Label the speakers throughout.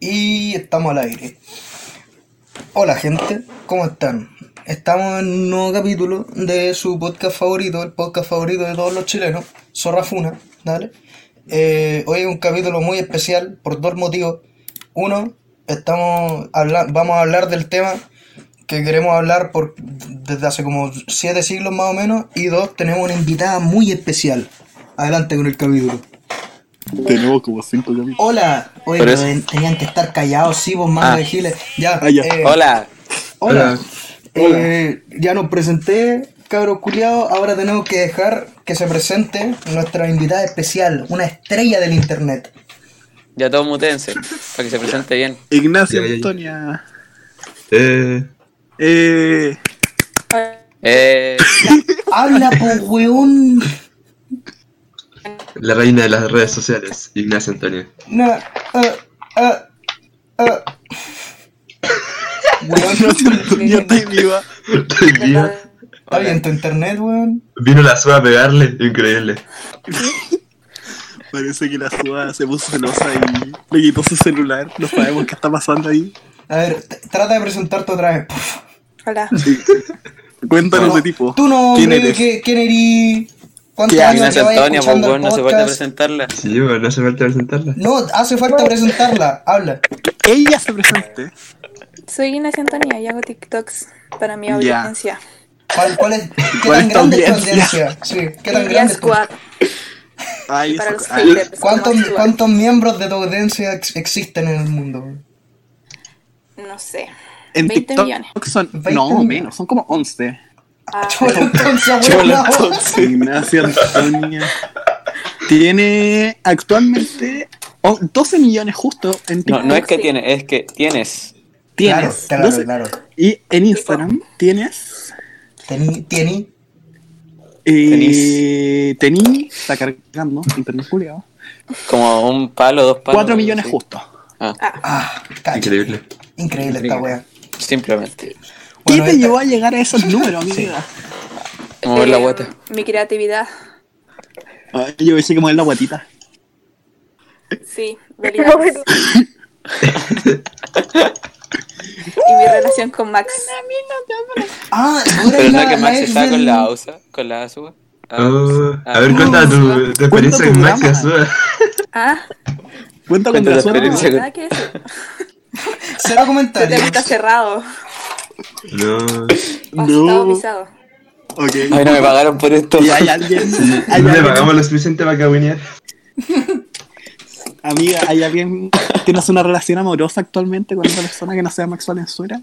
Speaker 1: Y estamos al aire. Hola gente, ¿cómo están? Estamos en un nuevo capítulo de su podcast favorito, el podcast favorito de todos los chilenos, Zorra Funa, ¿dale? Eh, hoy es un capítulo muy especial por dos motivos. Uno, estamos habla- vamos a hablar del tema que queremos hablar por, desde hace como siete siglos más o menos. Y dos, tenemos una invitada muy especial. Adelante con el capítulo.
Speaker 2: Tenemos como cinco capítulos.
Speaker 1: Hola, oye,
Speaker 3: Pero
Speaker 1: pero
Speaker 3: es-
Speaker 1: tenían que estar callados, sí, vos mando
Speaker 3: Ah.
Speaker 1: de giles. Ya,
Speaker 2: Ah, ya.
Speaker 1: eh,
Speaker 3: Hola.
Speaker 1: hola. Eh, ya nos presenté, cabros culiados. Ahora tenemos que dejar que se presente nuestra invitada especial, una estrella del internet.
Speaker 3: Ya todos mutense. Para que se presente bien.
Speaker 2: Ignacio
Speaker 4: Ya, ya, ya.
Speaker 2: Antonia.
Speaker 4: Eh,
Speaker 2: Eh,
Speaker 3: Eh,
Speaker 1: Habla, pues, weón.
Speaker 4: la reina de las redes sociales, Ignacio Antonio.
Speaker 1: Na- ah, ah, ah.
Speaker 2: Ignacio
Speaker 1: Weón,
Speaker 2: Antonia, estoy viva.
Speaker 4: Estoy vivo.
Speaker 1: está bien tu internet, weón.
Speaker 4: Vino la suba a pegarle, increíble.
Speaker 2: Parece que la suba se puso celosa y le quitó su celular. No sabemos qué está pasando ahí.
Speaker 1: A ver, t- trata de presentarte otra vez, por favor.
Speaker 5: Hola,
Speaker 2: Cuéntanos
Speaker 1: No,
Speaker 2: de tipo.
Speaker 1: Tú no,
Speaker 2: ¿Quién
Speaker 1: hombre,
Speaker 2: eres?
Speaker 1: ¿qué- ¿quién eres? ¿Cuántos años
Speaker 3: Ignacio
Speaker 1: llevas
Speaker 3: Antonia, pues
Speaker 1: escuchando
Speaker 3: weón,
Speaker 1: el
Speaker 3: no hace falta
Speaker 1: podcast?
Speaker 3: presentarla.
Speaker 4: Sí, bueno, no hace falta presentarla.
Speaker 1: No, hace falta presentarla. Habla.
Speaker 2: Ella se presente.
Speaker 5: soy Ignacia Antonia y hago TikToks para mi
Speaker 2: Ya.
Speaker 5: audiencia.
Speaker 1: ¿Cuál, cuál es, ¿Qué tan
Speaker 2: ¿Cuál es tu
Speaker 1: grande es tu
Speaker 2: audiencia?
Speaker 1: audiencia? Sí, ¿qué tan
Speaker 5: Lidia
Speaker 1: grande es tu-
Speaker 5: Squad
Speaker 2: Ay,
Speaker 5: para
Speaker 2: eso-
Speaker 5: los
Speaker 2: ay,
Speaker 5: haters.
Speaker 1: ¿Cuántos,
Speaker 5: como Stuart.
Speaker 1: cuántos miembros de tu audiencia ex- existen en el mundo?
Speaker 5: No sé.
Speaker 2: en
Speaker 5: 20
Speaker 2: TikTok
Speaker 5: millones.
Speaker 2: son.
Speaker 1: 20
Speaker 2: No,
Speaker 1: millones.
Speaker 2: menos, son como 11.
Speaker 5: Ah,
Speaker 1: Chola, entonces,
Speaker 2: Hola,
Speaker 1: weón, no.
Speaker 2: entonces, Ignacio Antonia. Tiene actualmente o- 12 millones justo en
Speaker 3: No,
Speaker 2: TikTok.
Speaker 3: no es que tiene, es que tienes.
Speaker 2: Tienes.
Speaker 1: Claro,
Speaker 2: 12.
Speaker 1: claro, claro.
Speaker 2: Y en Instagram tienes.
Speaker 1: Tení, tení.
Speaker 2: Eh, tení, está cargando, internet culiado.
Speaker 3: Como un palo, dos palos.
Speaker 2: 4 millones
Speaker 3: sí.
Speaker 2: justo.
Speaker 3: Ah,
Speaker 1: Ah, cacha.
Speaker 4: Increíble.
Speaker 1: Increíble esta wea. Eh,
Speaker 3: simplemente.
Speaker 2: ¿Qué
Speaker 1: Bueno,
Speaker 2: te
Speaker 1: esta-
Speaker 2: llevó a llegar a esos números, amiga?
Speaker 3: Mover la
Speaker 5: eh,
Speaker 3: guata.
Speaker 5: Mi creatividad.
Speaker 2: Ay, Ah, Yo pensé que mover la guatita.
Speaker 5: Sí, realidades. y mi relación con Max.
Speaker 1: Ah, tú eres
Speaker 3: Pero no
Speaker 1: la-
Speaker 3: que Max
Speaker 1: la ex
Speaker 3: está con
Speaker 1: del-
Speaker 3: la ausa, con la ASUA.
Speaker 4: Oh, a
Speaker 3: Ah.
Speaker 4: ver, cuenta tu, tu experiencia
Speaker 2: tu
Speaker 4: con Max y
Speaker 2: drama.
Speaker 4: Azúa.
Speaker 5: Ah,
Speaker 2: Cuenta con
Speaker 3: Cuenta
Speaker 2: la
Speaker 3: la
Speaker 2: suerte.
Speaker 5: no,
Speaker 3: experiencia.
Speaker 5: nada que decir.
Speaker 1: Cero
Speaker 5: Se te
Speaker 1: comentarios.
Speaker 5: gusta cerrado.
Speaker 4: No.
Speaker 5: O citado,
Speaker 2: No.
Speaker 5: pisado.
Speaker 2: Ok.
Speaker 3: Ay, no me pagaron por esto.
Speaker 2: Y hay alguien. Hay
Speaker 4: No le
Speaker 2: alguien-
Speaker 4: pagamos lo suficiente para cabinear.
Speaker 2: Amiga, ¿hay alguien. ¿Tienes una relación amorosa actualmente con otra persona que no sea Max Valenzuela?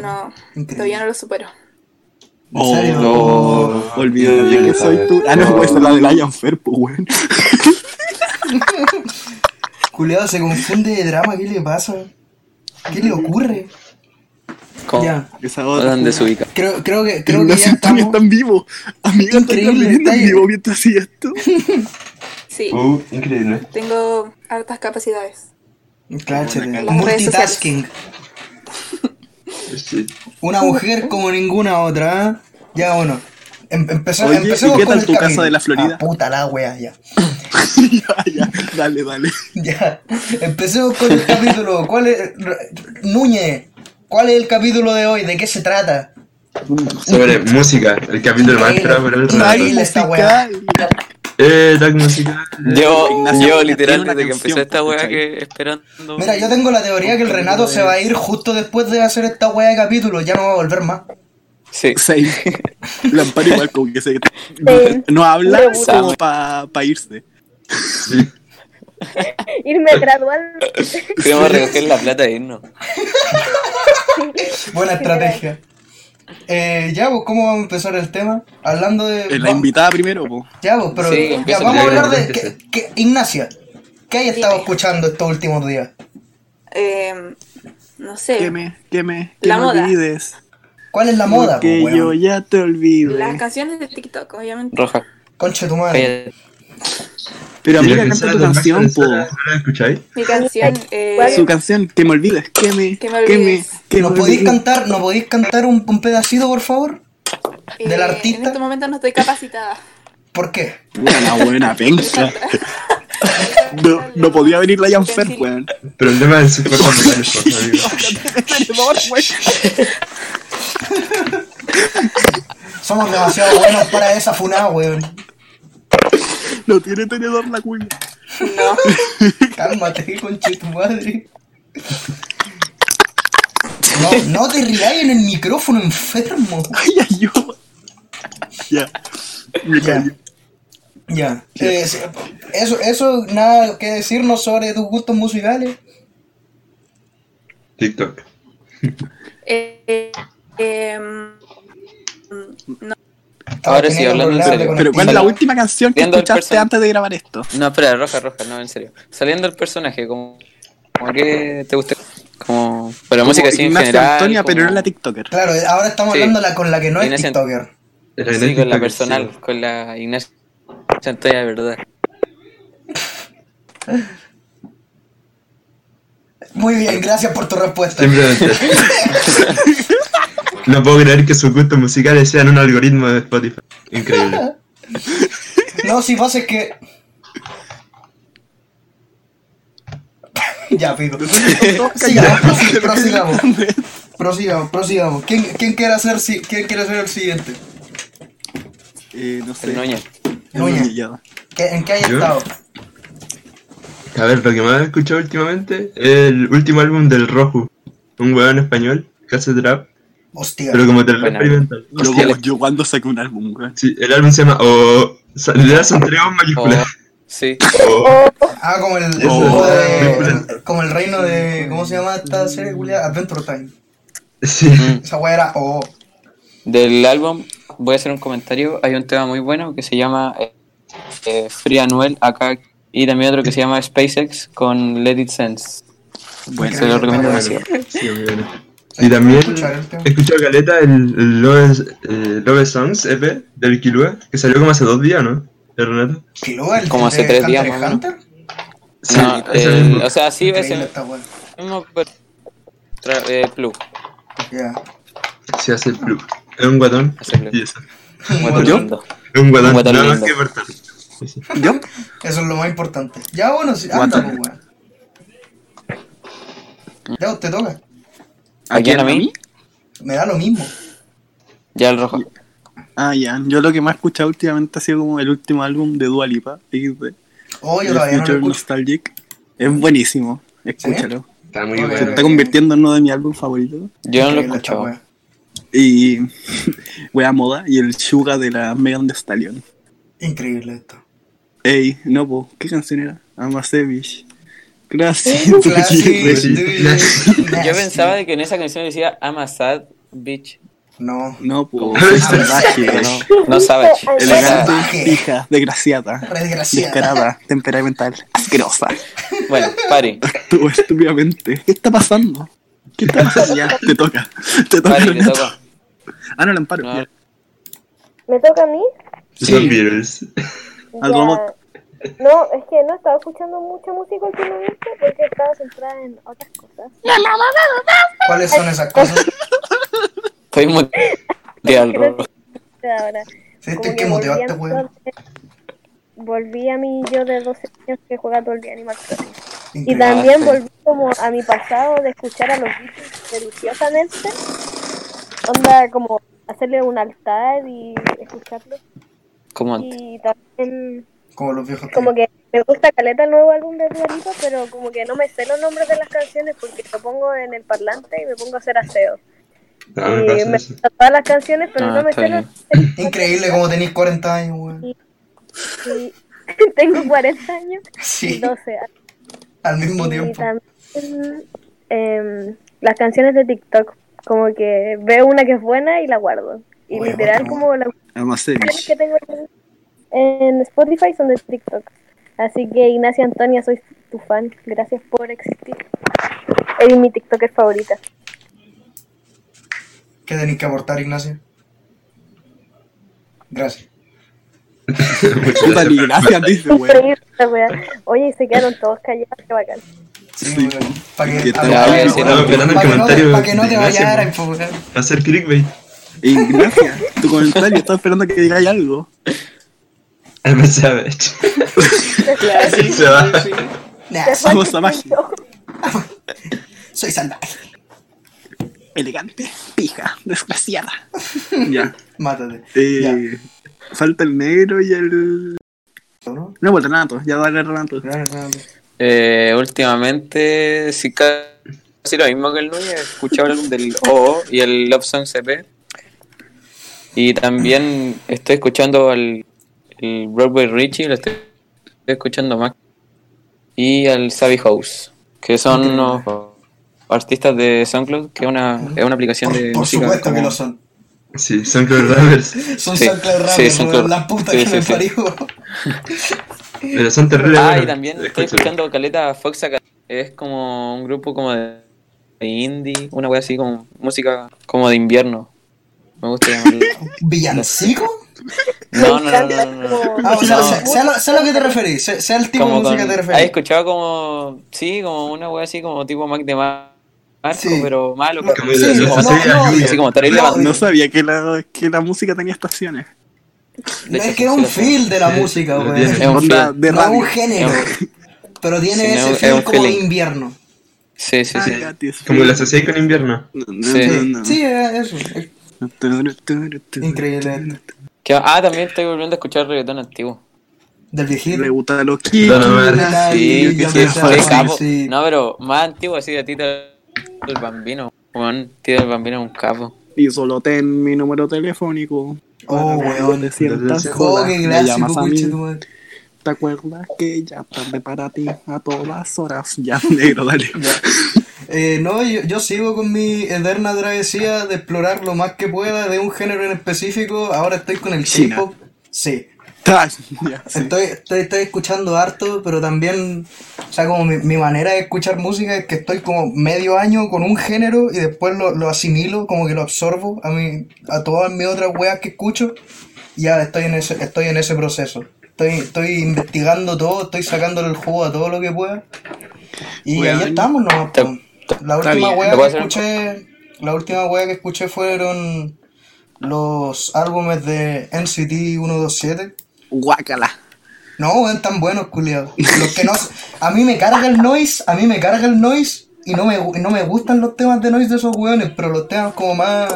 Speaker 5: No,
Speaker 1: Increíble.
Speaker 5: todavía no lo supero.
Speaker 1: ¿En serio?
Speaker 2: Oh,
Speaker 3: no.
Speaker 2: Olvídate que soy tú. Ah, no, pues la de Lion Fair, pues, weón.
Speaker 1: Culeado se confunde de drama, ¿qué le pasa? ¿Qué le ocurre?
Speaker 3: ¿Cómo?
Speaker 1: Ya,
Speaker 2: Esa
Speaker 3: ¿Dónde se ubica?
Speaker 1: creo, creo que, creo que ya
Speaker 2: Ignacio Antonio
Speaker 1: estamos.
Speaker 2: está en vivo. Amiga, estoy
Speaker 1: Increíble,
Speaker 2: transmitiendo
Speaker 1: está
Speaker 2: en
Speaker 1: ahí.
Speaker 2: vivo mientras hacía esto.
Speaker 5: Sí,
Speaker 4: Uh, increíble.
Speaker 5: tengo altas capacidades.
Speaker 1: Cáchate,
Speaker 5: Las redes
Speaker 1: multitasking.
Speaker 4: Sí.
Speaker 1: Una mujer como ninguna otra, ¿eh? Ya, bueno. Em- empeza-
Speaker 2: Oye,
Speaker 1: empecemos
Speaker 2: ¿y qué
Speaker 1: con
Speaker 2: tal
Speaker 1: el
Speaker 2: tu casa
Speaker 1: capítulo.
Speaker 2: de la Florida?
Speaker 1: Ah, puta la wea, ya.
Speaker 2: ya, ya, dale, dale.
Speaker 1: Ya. Empecemos con el capítulo. ¿Cuál es. R- Núñez, ¿cuál es el capítulo de hoy? ¿De qué se trata?
Speaker 4: Sobre música, el capítulo más esperado por el
Speaker 1: Dale.
Speaker 4: rato.
Speaker 1: Increíble esta
Speaker 2: musical.
Speaker 4: Eh, tag musical.
Speaker 3: Yo,
Speaker 2: Ignacio,
Speaker 3: yo
Speaker 2: tiene
Speaker 3: literal,
Speaker 2: una
Speaker 3: desde que
Speaker 2: canción,
Speaker 3: empecé esta weá
Speaker 2: ¿cachai?
Speaker 3: que esperando.
Speaker 1: Mira, yo tengo la teoría que el Renato se va a ir justo después de hacer esta wea de capítulo. Ya no va a volver más.
Speaker 3: Sí.
Speaker 2: Sí. Lamparo igual como que se... No habla
Speaker 3: Sí.
Speaker 2: como para pa irse.
Speaker 4: Sí.
Speaker 6: irme graduando.
Speaker 3: Queremos recoger la plata e irnos.
Speaker 1: Buena estrategia. Eh, ya, pues, ¿cómo vamos a empezar el tema? Hablando de.
Speaker 2: Eh, La
Speaker 1: vamos-
Speaker 2: invitada primero, po.
Speaker 1: Ya, vos, pero
Speaker 3: Sí,
Speaker 1: ya,
Speaker 3: empieza
Speaker 1: vamos a
Speaker 3: primero,
Speaker 1: hablar de
Speaker 4: empieza.
Speaker 1: que, que- Ignacia, ¿qué hay estado
Speaker 5: Dime.
Speaker 1: escuchando estos últimos días?
Speaker 5: Eh, no
Speaker 2: Que
Speaker 5: sé,
Speaker 2: me, que me, que
Speaker 5: La
Speaker 2: me
Speaker 5: moda.
Speaker 2: olvides.
Speaker 1: ¿Cuál es la moda?
Speaker 2: que
Speaker 1: po, weón?
Speaker 2: yo ya te olvide.
Speaker 5: las canciones de TikTok, obviamente.
Speaker 3: Roja,
Speaker 1: Conche tu madre.
Speaker 3: cállate.
Speaker 2: Pero
Speaker 4: Y la
Speaker 2: amiga, canta
Speaker 4: canción
Speaker 2: tu
Speaker 4: de Max
Speaker 2: canción, po.
Speaker 4: Valenzuela, ¿No la escucháis?
Speaker 5: Mi canción, eh,
Speaker 2: Su canción, que me olvides. Que me,
Speaker 5: Que me
Speaker 2: que me,
Speaker 5: olvides.
Speaker 2: que
Speaker 1: ¿Nos
Speaker 2: me
Speaker 1: podéis
Speaker 2: olvides.
Speaker 1: cantar, ¿nos podéis cantar un, un pedacito, por favor?
Speaker 5: eh,
Speaker 1: del artista?
Speaker 5: En este momento no estoy capacitada.
Speaker 1: ¿Por qué?
Speaker 2: Buena, buena, penca. No, no podía venir la Janfer, weón.
Speaker 4: Problema del supermercado, amigo.
Speaker 1: Somos demasiado buenos para esa funada, weón.
Speaker 2: No tiene tenedor la cuña.
Speaker 1: Cálmate, conche tu madre. No, no te riáis en el micrófono, enfermo.
Speaker 2: Ay, ay, yo. Ya. Me callo.
Speaker 1: Ya. eh, eso, eso, nada que decirnos sobre tus gustos musicales.
Speaker 4: TikTok.
Speaker 5: Eh, eh, em,
Speaker 3: Ahora sí,
Speaker 1: Teniendo
Speaker 3: hablando en
Speaker 1: problemas
Speaker 3: serio.
Speaker 1: de
Speaker 2: Pero ¿cuál es la
Speaker 1: conectividad.
Speaker 2: última canción que
Speaker 3: Viendo el
Speaker 2: escuchaste
Speaker 3: personaje.
Speaker 2: antes de grabar esto?
Speaker 3: No, espera, roja, roja, no, en serio. Saliendo del personaje, como, como que te gusta. Como. Pero
Speaker 2: Como
Speaker 3: música así en
Speaker 2: Ignacio
Speaker 3: general.
Speaker 2: Antonia,
Speaker 3: como-
Speaker 2: pero era la TikToker.
Speaker 1: Claro, ahora estamos
Speaker 3: Sí.
Speaker 1: hablando la con la que no es
Speaker 3: Ignacio-
Speaker 1: TikToker.
Speaker 4: Era en
Speaker 3: Sí,
Speaker 4: el
Speaker 3: con la
Speaker 4: TikTok,
Speaker 3: personal,
Speaker 4: sí.
Speaker 3: con la Ignacia Antonia, de verdad.
Speaker 1: Muy bien, gracias por tu respuesta.
Speaker 4: Simplemente. No puedo creer que sus gustos musicales sean un algoritmo de Spotify. Increíble.
Speaker 1: No, si pasa es que. ya, pico. Sigamos, prosigamos. Prosigamos, prosigamos. ¿Quién, quién quiere hacer, si- quién quiere hacer el siguiente?
Speaker 2: Eh, no sé.
Speaker 3: El Noña.
Speaker 2: El
Speaker 1: Noña.
Speaker 2: noñillado.
Speaker 1: ¿Qué- ¿En qué hay
Speaker 4: ¿Yo?
Speaker 1: estado?
Speaker 4: A ver, lo que más he escuchado últimamente es el último álbum del Roju. Un weón español que hace trap,
Speaker 1: Hostia.
Speaker 4: pero como terror
Speaker 3: Bueno.
Speaker 4: experimental.
Speaker 2: Luego,
Speaker 3: Hostia, le-
Speaker 2: yo cuando saqué un álbum, weón.
Speaker 4: Sí, el álbum se llama O. sa- Le das un tres O en
Speaker 3: O,
Speaker 4: mayúsculas.
Speaker 3: Oh, sí,
Speaker 4: O.
Speaker 1: Ah, como el,
Speaker 4: Oh.
Speaker 1: de- como el reino de. ¿Cómo se llama esta serie, Julia? Adventure Time.
Speaker 4: Sí.
Speaker 3: Mm.
Speaker 1: Esa weá era. Oh.
Speaker 3: del álbum voy a hacer un comentario. Hay un tema muy bueno que se llama eh, eh, Free Anuel acá y también otro que se llama SpaceX con Let It Sense.
Speaker 2: Bueno,
Speaker 3: Se lo recomiendo
Speaker 1: Bueno.
Speaker 3: demasiado.
Speaker 4: Sí, muy bueno. Y también
Speaker 1: Escuchar el tema.
Speaker 4: he escuchado Caleta el, el Love, eh, Love Songs EP del Kilua, que salió como hace dos días, ¿no? ¿De Renato?
Speaker 1: ¿Qué lugar? el
Speaker 3: Como hace
Speaker 1: de
Speaker 3: tres
Speaker 1: Hunter
Speaker 3: días,
Speaker 1: x
Speaker 3: más o menos.
Speaker 1: Hunter?
Speaker 3: No,
Speaker 4: ese
Speaker 3: el-
Speaker 4: mismo.
Speaker 3: o sea, sí ves
Speaker 1: Increíble
Speaker 3: el
Speaker 1: esta weá.
Speaker 3: mismo, pero tra- eh, plug.
Speaker 1: Ya.
Speaker 4: Se hace el club. Es un guatón.
Speaker 3: Hace club.
Speaker 4: Y eso.
Speaker 3: Un guatón
Speaker 2: ¿Yo?
Speaker 3: lindo.
Speaker 4: Es un guatón.
Speaker 3: Un guatón
Speaker 4: nada más
Speaker 3: lindo.
Speaker 4: que apartar.
Speaker 2: yo,
Speaker 1: Eso es lo más importante. Ya, bueno, sí, anda, pues,
Speaker 2: Guata.
Speaker 1: weón. Ya, usted toca.
Speaker 3: ¿A quién, a mí?
Speaker 1: Me da lo mismo.
Speaker 3: Ya el rojo.
Speaker 2: Ah, ya. Yo lo que más he escuchado últimamente ha sido como el último álbum de Dua Lipa. XD.
Speaker 1: Oh, yo todavía no
Speaker 2: El
Speaker 1: lo
Speaker 2: Future
Speaker 1: escucho.
Speaker 2: Nostalgic. Es buenísimo. Escúchalo.
Speaker 4: Está muy
Speaker 1: Ok.
Speaker 2: Se
Speaker 4: bueno.
Speaker 2: está convirtiendo en uno de mis álbumes favoritos.
Speaker 3: Yo no lo
Speaker 1: Increíble
Speaker 3: he
Speaker 1: esta
Speaker 3: escuchado.
Speaker 1: weá.
Speaker 2: Y. Wea moda. Y el Suga de la Megan Thee Stallion.
Speaker 1: Increíble esto.
Speaker 2: Ey, no, po. ¿Qué canción era? Amasevich. Gracias.
Speaker 1: Classic,
Speaker 4: Sí.
Speaker 1: dude,
Speaker 4: Classic.
Speaker 1: nasty.
Speaker 3: Yo pensaba de que en esa canción decía I'm a sad bitch.
Speaker 1: No.
Speaker 2: No, po.
Speaker 4: Ay,
Speaker 2: Salvaje.
Speaker 3: No, no savage.
Speaker 2: Elegante,
Speaker 1: Salvaje.
Speaker 2: fija, desgraciada,
Speaker 1: Re desgraciada.
Speaker 2: descarada, temperamental, asquerosa.
Speaker 3: Bueno, pari.
Speaker 2: Actúa estúpidamente. ¿Qué está pasando? ¿Qué está pasando? Ya, te toca. Te toca.
Speaker 3: Pari, te
Speaker 2: Renato.
Speaker 3: toca.
Speaker 2: Ah, no, la amparo.
Speaker 3: No.
Speaker 2: ya.
Speaker 6: ¿Me toca a mí?
Speaker 4: Son Beatles.
Speaker 2: Algo
Speaker 6: Ya.
Speaker 2: más.
Speaker 6: No, es que no estaba escuchando mucha música últimamente porque estaba centrada en otras cosas.
Speaker 1: ¿Cuáles son esas cosas?
Speaker 3: Estoy muy. de al rojo.
Speaker 6: Ahora,
Speaker 1: Sí,
Speaker 6: como
Speaker 1: estoy que
Speaker 6: volví, a
Speaker 1: motivaste,
Speaker 6: mi
Speaker 1: weón.
Speaker 6: yo de- volví a mí yo de 12 años que juega todo el día Animal Crossing. Y
Speaker 1: Increíble.
Speaker 6: también
Speaker 3: sí.
Speaker 6: volví como a mi pasado de escuchar a los Beatles religiosamente. Onda como hacerle un altar y escucharlo.
Speaker 3: Como antes.
Speaker 6: Y también
Speaker 1: Como los viejos.
Speaker 6: como
Speaker 1: tiempos.
Speaker 6: que me gusta caleta el nuevo álbum de Dua Lipa, pero como que no me sé los nombres de las canciones porque lo pongo en el parlante y me pongo a hacer aseo.
Speaker 4: Ah, me
Speaker 6: y
Speaker 4: pasa
Speaker 6: me
Speaker 4: eso.
Speaker 6: gustan todas las canciones, pero
Speaker 3: Ah,
Speaker 6: no me
Speaker 3: está
Speaker 6: sé
Speaker 3: bien.
Speaker 6: los nombres.
Speaker 1: Increíble como tenéis 40 años, weón.
Speaker 6: Y tengo 40 años y
Speaker 1: Sí,
Speaker 6: 12.
Speaker 1: al mismo
Speaker 6: Y
Speaker 1: tiempo.
Speaker 6: también em, las canciones de TikTok, como que veo una que es buena y la guardo. Y
Speaker 1: Oye,
Speaker 6: literal
Speaker 1: guarda,
Speaker 6: como las canciones
Speaker 2: Amasevich.
Speaker 6: que tengo en- en Spotify son de TikTok. Así que Ignacia Antonia, soy tu fan. Gracias por existir. Eres mi TikToker favorita.
Speaker 1: ¿Qué tenéis que aportar, Ignacio? Gracias.
Speaker 4: Muchas
Speaker 2: Puta ni
Speaker 4: gracias.
Speaker 2: gracias, dice, weón.
Speaker 6: Increíble esta wea. Oye, se quedaron todos callados, qué bacán.
Speaker 1: Sí,
Speaker 2: Sí.
Speaker 1: weón. Para que,
Speaker 2: Que
Speaker 1: pa'
Speaker 2: te-
Speaker 3: Ya, voy a
Speaker 1: que-
Speaker 3: decir
Speaker 1: pa'
Speaker 3: algo.
Speaker 1: que no-
Speaker 4: Esperando el
Speaker 1: pa' que no te-
Speaker 4: comentario
Speaker 1: pa' que no
Speaker 4: de
Speaker 1: te
Speaker 4: Ignacio,
Speaker 1: vayaran,
Speaker 4: weón.
Speaker 1: po, weón.
Speaker 4: Va a ser clickbait.
Speaker 2: Ignacia, tu comentario, estaba esperando que digáis algo.
Speaker 4: Alma Savage.
Speaker 1: Claro, sí,
Speaker 4: Se va.
Speaker 1: sí, sí. Nah, so-
Speaker 2: Somos salvajes.
Speaker 1: soy salvaje.
Speaker 2: Elegante, pija, desgraciada. ya.
Speaker 1: Mátate.
Speaker 2: Eh, Falta el negro y el.
Speaker 1: Ya, ¿no?
Speaker 2: No, pues Renato, ya dale Renato.
Speaker 1: Claro, claro.
Speaker 3: Eh, últimamente, sí, casi lo mismo que el Núñez. He escuchado el álbum del OO y el Love Song CP. Y también estoy escuchando al el Broadway Richie, lo estoy, estoy escuchando más. Y al Savvy House, que son unos artistas de SoundCloud, que es una, es una aplicación de
Speaker 1: Por, por
Speaker 3: música.
Speaker 1: supuesto que
Speaker 3: como-
Speaker 1: lo son.
Speaker 4: Sí, son Cloud Ravers.
Speaker 1: Son
Speaker 3: Sí,
Speaker 1: SoundCloud
Speaker 3: sí,
Speaker 1: Rappers,
Speaker 3: SoundCloud.
Speaker 1: weón, la puta
Speaker 3: Sí,
Speaker 1: que
Speaker 3: sí,
Speaker 1: me
Speaker 3: sí.
Speaker 1: parió.
Speaker 4: Pero son terribles.
Speaker 3: Ah,
Speaker 4: buenos.
Speaker 3: y también estoy
Speaker 4: Escucha.
Speaker 3: escuchando Caleta Fox Acad- Es como un grupo como de, de indie, una wea así como música como de invierno. Me gusta llamarlo.
Speaker 1: ¿Villancico?
Speaker 3: No, no, no, no, no, no.
Speaker 1: Ah, o sea,
Speaker 3: No,
Speaker 1: sea, sea lo, sea lo que te referís, sea, sea el tipo de
Speaker 3: como
Speaker 1: música
Speaker 3: con-
Speaker 1: que te
Speaker 3: ¿Has
Speaker 1: referís.
Speaker 3: escuchado como, sí, como una wea así como tipo Mac de Mar- Marco,
Speaker 1: Sí.
Speaker 3: pero malo?
Speaker 1: No,
Speaker 3: como-
Speaker 4: sí,
Speaker 3: así como-
Speaker 4: no,
Speaker 3: así
Speaker 4: no,
Speaker 3: como-
Speaker 4: no.
Speaker 3: así como terrible
Speaker 1: No,
Speaker 3: banda.
Speaker 2: No sabía que la, que la música tenía estaciones.
Speaker 3: de hecho,
Speaker 1: es que
Speaker 3: sí,
Speaker 1: es
Speaker 3: sí
Speaker 1: un
Speaker 3: lo sé.
Speaker 1: feel de la
Speaker 4: Sí,
Speaker 1: música,
Speaker 4: lo
Speaker 1: weón.
Speaker 4: tiene.
Speaker 3: Es un
Speaker 2: Onda
Speaker 3: feel.
Speaker 2: de
Speaker 1: No es un
Speaker 2: radio.
Speaker 1: género, pero tiene
Speaker 3: Sí,
Speaker 1: ese
Speaker 3: es un-
Speaker 1: feel
Speaker 3: es un
Speaker 1: como de
Speaker 3: feeling.
Speaker 1: invierno.
Speaker 3: Sí, sí,
Speaker 2: Ah,
Speaker 1: Ah,
Speaker 3: sí.
Speaker 4: Como la asocié con invierno.
Speaker 3: Sí.
Speaker 1: Sí, es eso. es Increíble.
Speaker 3: Que- ah, también estoy volviendo a escuchar reggaetón antiguo.
Speaker 1: Del viejito.
Speaker 2: Le gusta los kids.
Speaker 4: Don Omar.
Speaker 1: Ay,
Speaker 3: Sí,
Speaker 1: yo
Speaker 3: sí,
Speaker 1: me
Speaker 3: sí,
Speaker 1: sé,
Speaker 3: sí, capo.
Speaker 1: sí.
Speaker 3: No, pero más antiguo así de Tito el Bambino. Juan, Tito el Bambino es un capo.
Speaker 2: Y solo ten mi número telefónico.
Speaker 1: Oh, weón.
Speaker 2: De ciertas
Speaker 4: Oh,
Speaker 1: Oh,
Speaker 2: cosas.
Speaker 1: qué
Speaker 2: Me llamas
Speaker 1: clásico,
Speaker 2: a mí.
Speaker 1: pinche tu madre.
Speaker 2: ¿Te acuerdas que ya tarde para ti a todas horas? Ya, negro, dale.
Speaker 1: Eh, no, yo, yo sigo con mi eterna travesía de explorar lo más que pueda de un género en específico. Ahora estoy con el
Speaker 2: China.
Speaker 1: K-pop. Sí,
Speaker 2: Ta- ya, sí.
Speaker 1: Estoy, estoy, estoy escuchando harto, pero también, o sea, como mi, mi manera de escuchar música es que estoy como medio año con un género y después lo, lo asimilo, como que lo absorbo a, mi, a todas mis otras weas que escucho. Y ahora estoy en ese, estoy en ese proceso. Estoy, estoy investigando todo, estoy sacándole el jugo a todo lo que pueda. Y
Speaker 2: Weón.
Speaker 1: ahí estamos nomás.
Speaker 3: Te-
Speaker 1: po. La última
Speaker 2: bien.
Speaker 1: wea
Speaker 3: Te
Speaker 1: que
Speaker 3: voy a hacer un-
Speaker 1: escuché, la última wea que escuché fueron los álbumes de NCT 127.
Speaker 2: Guácala.
Speaker 1: No, weón, tan buenos, culiados. Los que no. A mí me carga el noise, a mí me carga el noise. Y no me, gu- y no me gustan los temas de noise de esos weones, pero los temas como más.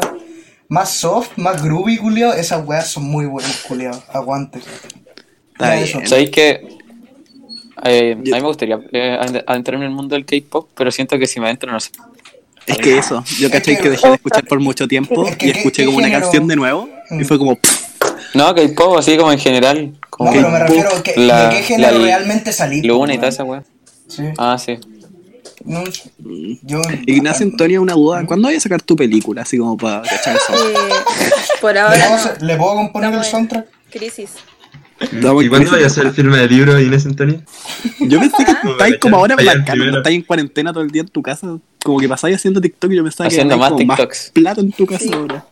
Speaker 1: Más soft, más groovy, culiado. Esas weas son muy buenas, culiado. Aguante.
Speaker 2: Está
Speaker 1: Ya,
Speaker 2: bien.
Speaker 1: eso.
Speaker 3: ¿Sabéis que eh, a mí me gustaría eh, ad- adentrarme en el mundo del K-pop, pero siento que si me adentro no sé.
Speaker 2: Es que eso, yo caché que dejé de escuchar por mucho tiempo
Speaker 1: oh, Es que
Speaker 2: y
Speaker 1: qué-
Speaker 2: escuché
Speaker 1: qué
Speaker 2: como una
Speaker 1: género. Mm.
Speaker 2: canción de nuevo y fue como. pff,
Speaker 3: No, K-pop así como en general.
Speaker 1: No,
Speaker 3: Como
Speaker 1: pero me
Speaker 3: K-pop,
Speaker 1: refiero a que,
Speaker 3: la-
Speaker 1: de qué género
Speaker 3: la-
Speaker 1: realmente salí.
Speaker 3: Luna y toda
Speaker 1: weón.
Speaker 3: esa weá.
Speaker 1: Sí.
Speaker 3: Ah, sí.
Speaker 1: No, yo,
Speaker 2: Ignacio Antonio, una duda, ¿cuándo vas a sacar tu película? Así como para cachar eso.
Speaker 5: por
Speaker 1: ¿Le
Speaker 5: ahora
Speaker 1: puedo,
Speaker 5: no.
Speaker 1: hacer- ¿Le puedo componer el
Speaker 5: Estamos en-
Speaker 1: soundtrack?
Speaker 5: Crisis.
Speaker 2: Estamos
Speaker 4: ¿Y cuándo
Speaker 2: en-
Speaker 4: vaya a hacer el filme de libro, Inés Antonio?
Speaker 2: Yo pensé que estáis como ahora en
Speaker 4: Ayer
Speaker 2: la
Speaker 4: primero.
Speaker 2: estáis en cuarentena todo el día en tu casa, como que pasáis haciendo TikTok y yo pensaba
Speaker 3: Haciendo
Speaker 2: que
Speaker 3: más
Speaker 2: había como
Speaker 3: TikToks.
Speaker 2: plato en tu casa
Speaker 5: Sí.
Speaker 2: ahora.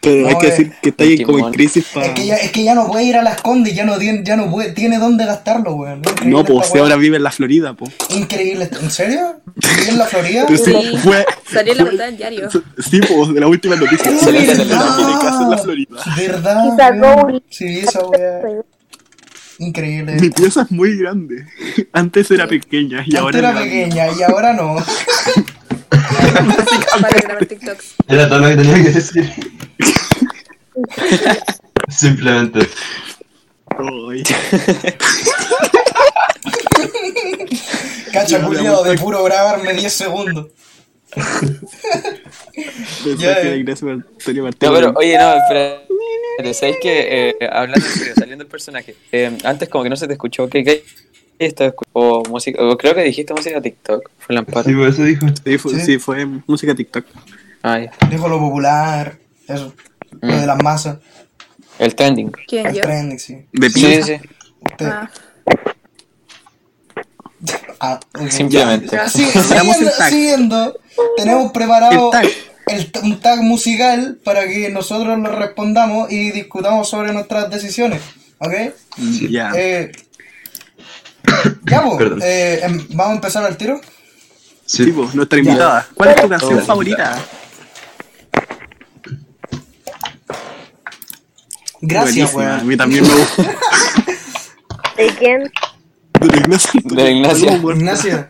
Speaker 2: Pero
Speaker 1: No,
Speaker 2: hay que
Speaker 1: eh.
Speaker 2: decir que estáis
Speaker 3: Timón.
Speaker 2: como en crisis para.
Speaker 1: Es que, ya, es que ya no puede ir a las condes, ya no tiene, ya no puede, tiene dónde gastarlo, weón. Increíble
Speaker 2: No,
Speaker 1: esta
Speaker 2: pues si
Speaker 1: wea.
Speaker 2: ahora vive en la Florida, pues.
Speaker 1: Increíble. esto. ¿En serio? ¿Viví en la Florida?
Speaker 2: Pero sí,
Speaker 5: Sí.
Speaker 2: fue.
Speaker 5: Salió en la
Speaker 2: fue-
Speaker 5: portada del diario.
Speaker 2: Sí, pues, de la última noticia.
Speaker 1: ¡Oh,
Speaker 3: Se le hace
Speaker 2: Tiene
Speaker 3: la-
Speaker 2: casa en la Florida.
Speaker 1: ¿Verdad?
Speaker 6: Y sacó
Speaker 1: weón?
Speaker 6: un-
Speaker 1: Sí, esa weá. Increíble.
Speaker 2: Mi pieza es muy grande. Antes era pequeña y
Speaker 1: Antes
Speaker 2: ahora
Speaker 1: era
Speaker 2: es grande.
Speaker 1: pequeña y ahora no.
Speaker 5: Para grabar TikToks.
Speaker 4: Era todo lo que tenía que decir. Simplemente.
Speaker 2: Ay,
Speaker 1: Cacha
Speaker 2: Ya,
Speaker 1: culiado
Speaker 2: ya,
Speaker 1: de puro grabarme 10 segundos.
Speaker 2: pensé
Speaker 1: Ya,
Speaker 2: que
Speaker 1: eh.
Speaker 2: era Ignacio Antonio Martínez.
Speaker 3: No, pero oye, no, espera. ¿Sabéis que eh, hablando en serio, saliendo del personaje, eh, antes como que no se te escuchó que que estaba escu- o música, o creo que dijiste música TikTok, fue el amparo.
Speaker 4: Sí, por eso dijo.
Speaker 2: Sí, fue,
Speaker 1: Sí.
Speaker 2: sí, fue música TikTok.
Speaker 3: Ay,
Speaker 1: Dijo lo popular, eso. Lo de las masas.
Speaker 3: el trending.
Speaker 5: ¿Quién
Speaker 1: El
Speaker 5: yo?
Speaker 1: trending, sí.
Speaker 2: De
Speaker 3: Sí,
Speaker 2: pinza.
Speaker 3: sí.
Speaker 1: Usted-
Speaker 5: Ah,
Speaker 1: Ah, ok.
Speaker 3: Simplemente.
Speaker 1: Ya, sí,
Speaker 2: Hagamos
Speaker 1: siguiendo,
Speaker 2: el tag.
Speaker 1: siguiendo, tenemos preparado
Speaker 2: El tag.
Speaker 1: el t- un tag musical para que nosotros lo respondamos y discutamos sobre nuestras decisiones. ¿Ok?
Speaker 2: Mm, Ya.
Speaker 1: Eh, ya, po,
Speaker 4: Perdón.
Speaker 1: eh, em, vamos a empezar al tiro.
Speaker 2: Sí,
Speaker 4: Sí,
Speaker 2: pues, nuestra invitada. ¿Cuál es tu canción
Speaker 3: Oh.
Speaker 2: favorita?
Speaker 1: Gracias,
Speaker 2: Buenísima, A
Speaker 1: weón.
Speaker 2: mí también me gusta.
Speaker 6: ¿De quién?
Speaker 2: De la Ignacia.
Speaker 3: De la Ignacia.
Speaker 2: Algo bueno.
Speaker 1: Ignacia,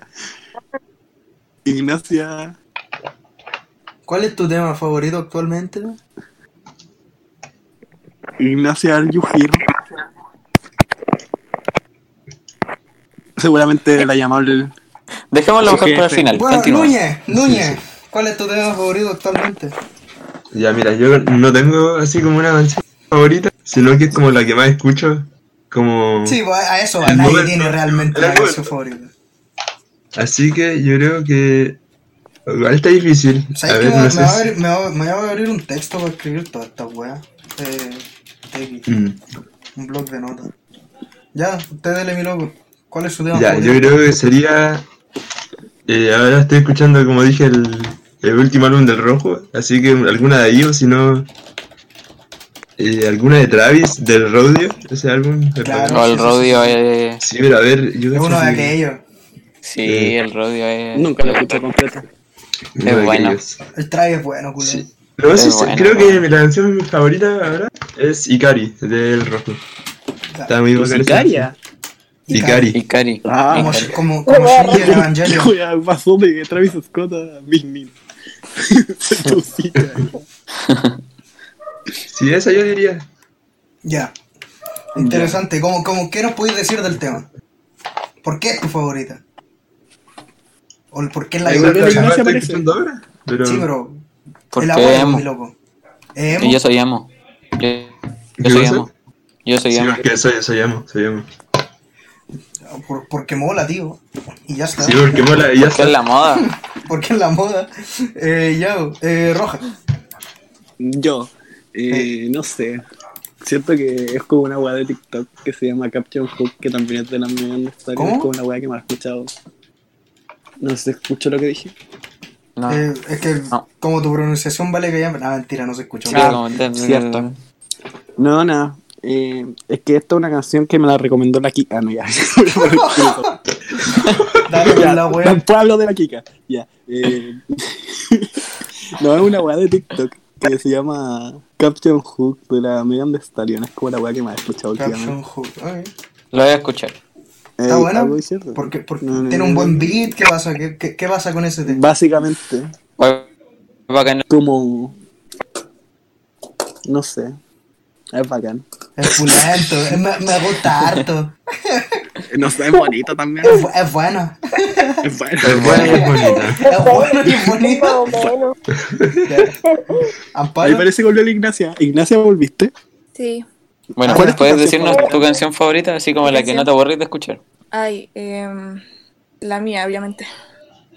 Speaker 2: Ignacia.
Speaker 1: ¿cuál es tu tema favorito actualmente?
Speaker 2: Ignacia Arjujir. Seguramente la llamable.
Speaker 3: Dejémoslo mejor
Speaker 2: Sí,
Speaker 3: para el
Speaker 2: sí.
Speaker 3: final.
Speaker 1: Bueno,
Speaker 3: Continúa.
Speaker 1: Núñez, Núñez, ¿cuál es tu tema favorito actualmente?
Speaker 4: Mm. Ya, mira, yo no tengo así como una canción favorita, sino que es como la que más escucho. Como.
Speaker 1: Sí, pues a eso va,
Speaker 4: El
Speaker 1: nadie
Speaker 4: momento.
Speaker 1: tiene realmente
Speaker 4: El
Speaker 1: una canción
Speaker 4: momento.
Speaker 1: favorita.
Speaker 4: Así que yo creo que. Igual está difícil. A
Speaker 1: ¿Sabes que
Speaker 4: ver,
Speaker 1: me,
Speaker 4: no
Speaker 1: me
Speaker 4: sé.
Speaker 1: va a
Speaker 4: si-
Speaker 1: abrir- me va- me va a abrir un texto para escribir toda esta weá? Eh, de-
Speaker 4: Mm.
Speaker 1: un blog de notas. Ya, usted dele mi loco. ¿Cuál es su tema
Speaker 4: Ya,
Speaker 1: favorito?
Speaker 4: yo creo que sería. eh, ahora estoy escuchando, como dije, el, el último álbum del Rojo, así que alguna de ahí o si no. eh, alguna de Travis, del Rodeo, ese álbum. me
Speaker 1: Claro.
Speaker 4: parece.
Speaker 3: No, el rodio es.
Speaker 4: Sí, pero a ver, yo
Speaker 1: Es
Speaker 4: creo
Speaker 1: uno de
Speaker 4: que-
Speaker 1: aquellos.
Speaker 3: Sí, el rodio es.
Speaker 2: Nunca la escuché completa.
Speaker 4: uno de
Speaker 3: Es bueno.
Speaker 4: aquellos.
Speaker 1: El traje es bueno, culo.
Speaker 4: Sí. Pero eso
Speaker 3: Es
Speaker 4: sí,
Speaker 3: bueno,
Speaker 4: creo
Speaker 3: bueno.
Speaker 4: que mi canción favorita ahora es Ikari, del Rojo. Está muy bacana esa
Speaker 2: Sicaria.
Speaker 4: canción. Ikari.
Speaker 3: Ikari.
Speaker 2: Ah,
Speaker 1: Como,
Speaker 3: Ikari.
Speaker 1: como, como Shinji en
Speaker 2: ¿Qué
Speaker 1: Evangelion.
Speaker 2: wea pasó de Travis Scott ah, a Bill Neal? Soy tu cita.
Speaker 4: Sí, esa yo diría.
Speaker 1: Ya. Interesante. ¿Cómo, cómo, ¿Qué nos podéis decir del tema? ¿Por qué es tu favorita? ¿O el por qué es la que
Speaker 4: Igual
Speaker 2: de
Speaker 4: la
Speaker 1: más
Speaker 2: Ignacia
Speaker 4: que
Speaker 1: escuchas?
Speaker 4: más estoy
Speaker 2: parece.
Speaker 4: escuchando ahora. Pero...
Speaker 1: Sí, pero.
Speaker 3: Porque
Speaker 1: el abuelo,
Speaker 3: emo.
Speaker 1: mi loco. ¿Es emo?
Speaker 3: Y yo soy amo. Yo, yo
Speaker 4: ¿Qué
Speaker 3: soy
Speaker 4: cosa?
Speaker 3: amo. Yo soy
Speaker 4: Sí,
Speaker 3: amo.
Speaker 4: más que soy, soy amo, soy amo.
Speaker 1: Por- porque mola, tío. Y ya está.
Speaker 4: Sí, porque mola, y ya
Speaker 3: Porque es la
Speaker 4: está.
Speaker 3: moda.
Speaker 1: Porque es la moda. Eh, ya, eh, roja.
Speaker 2: Yo, eh, no sé. Siento que es como una weá de TikTok que se llama Caption Hook, que también es de las medias necesarias.
Speaker 1: ¿Cómo?
Speaker 2: Es como una weá que me ha escuchado. No sé si escucho lo que dije.
Speaker 3: No.
Speaker 1: Eh, es que
Speaker 3: No.
Speaker 1: como tu pronunciación vale que ya... No, mentira, no se escucha.
Speaker 3: Sí, como-
Speaker 2: ah, cierto. No, nada. eh, es que esta es una canción que me la recomendó la Kika. Ah, no, ya.
Speaker 1: Dale con
Speaker 2: Ya,
Speaker 1: la wea.
Speaker 2: Después hablo de la Kika. Ya. eh, no, es una weá de TikTok que se llama Caption Hook de la Megan Thee Stallion. Es como la weá que me ha escuchado últimamente.
Speaker 1: Caption hook. ok.
Speaker 3: Lo voy a escuchar.
Speaker 1: Está
Speaker 2: Eh,
Speaker 1: buena.
Speaker 2: algo de cierto.
Speaker 1: Porque, porque
Speaker 2: No, no,
Speaker 1: tiene
Speaker 2: no,
Speaker 1: un
Speaker 2: no.
Speaker 1: buen beat. ¿Qué pasa? ¿Qué, qué, qué pasa con ese tema?
Speaker 2: Básicamente,
Speaker 3: Va- bacán.
Speaker 2: como. No sé. Es bacán.
Speaker 1: Es pulento. es- me, me gusta harto.
Speaker 2: No sé, es bonita también.
Speaker 1: Es, bu- es bueno.
Speaker 2: Es buena.
Speaker 4: Es buena y es bonita.
Speaker 1: Es Ah, bueno y es
Speaker 6: Más o
Speaker 1: bonito.
Speaker 6: menos.
Speaker 1: Ya.
Speaker 2: Ahí
Speaker 1: Amparo.
Speaker 2: parece que volvió la Ignacia. Ignacia, ¿volviste?
Speaker 5: Sí.
Speaker 3: Bueno,
Speaker 2: ¿Cuál es tu
Speaker 3: puedes
Speaker 2: canción
Speaker 3: decirnos
Speaker 2: favorita?
Speaker 3: tu canción favorita, así como la que no te aburrís de escuchar.
Speaker 5: Ay, em, la mía, obviamente.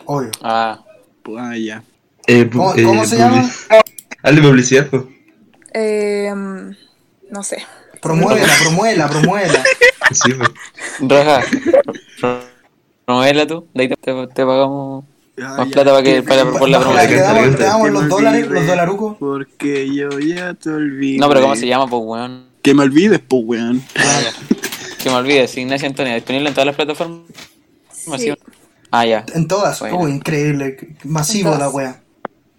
Speaker 1: Obvio.
Speaker 3: Ah,
Speaker 1: Pues,
Speaker 2: Ah, ya.
Speaker 4: Eh, pu-
Speaker 1: ¿Cómo- cómo se llama?
Speaker 4: public- Hazle publicidad, po.
Speaker 5: Em, no sé.
Speaker 1: Promuévela, promuévela, promuévela.
Speaker 4: Sí, po.
Speaker 3: Roja. Novela tú, de ahí te, te- te pagamos
Speaker 2: Ah,
Speaker 3: más
Speaker 2: ya.
Speaker 3: plata para, que, para, por la
Speaker 1: Bajo
Speaker 4: promoción.
Speaker 1: que
Speaker 3: promoción.
Speaker 1: damos-
Speaker 4: Canta, canta.
Speaker 1: te damos
Speaker 2: Que
Speaker 1: los
Speaker 2: me
Speaker 1: dólares,
Speaker 2: olvide,
Speaker 1: los dolarucos.
Speaker 2: Porque yo ya te olvidé.
Speaker 3: No, pero ¿cómo se llama, pues, weón?
Speaker 2: Que me olvides, pues, weón.
Speaker 3: Que me olvide, sí, Ignacia Antonia, disponible en todas las plataformas.
Speaker 5: Sí.
Speaker 3: Ah, ya.
Speaker 1: En todas.
Speaker 3: Bueno.
Speaker 1: Oh, increíble. Masivo
Speaker 5: En
Speaker 1: la
Speaker 5: todas.
Speaker 1: wea.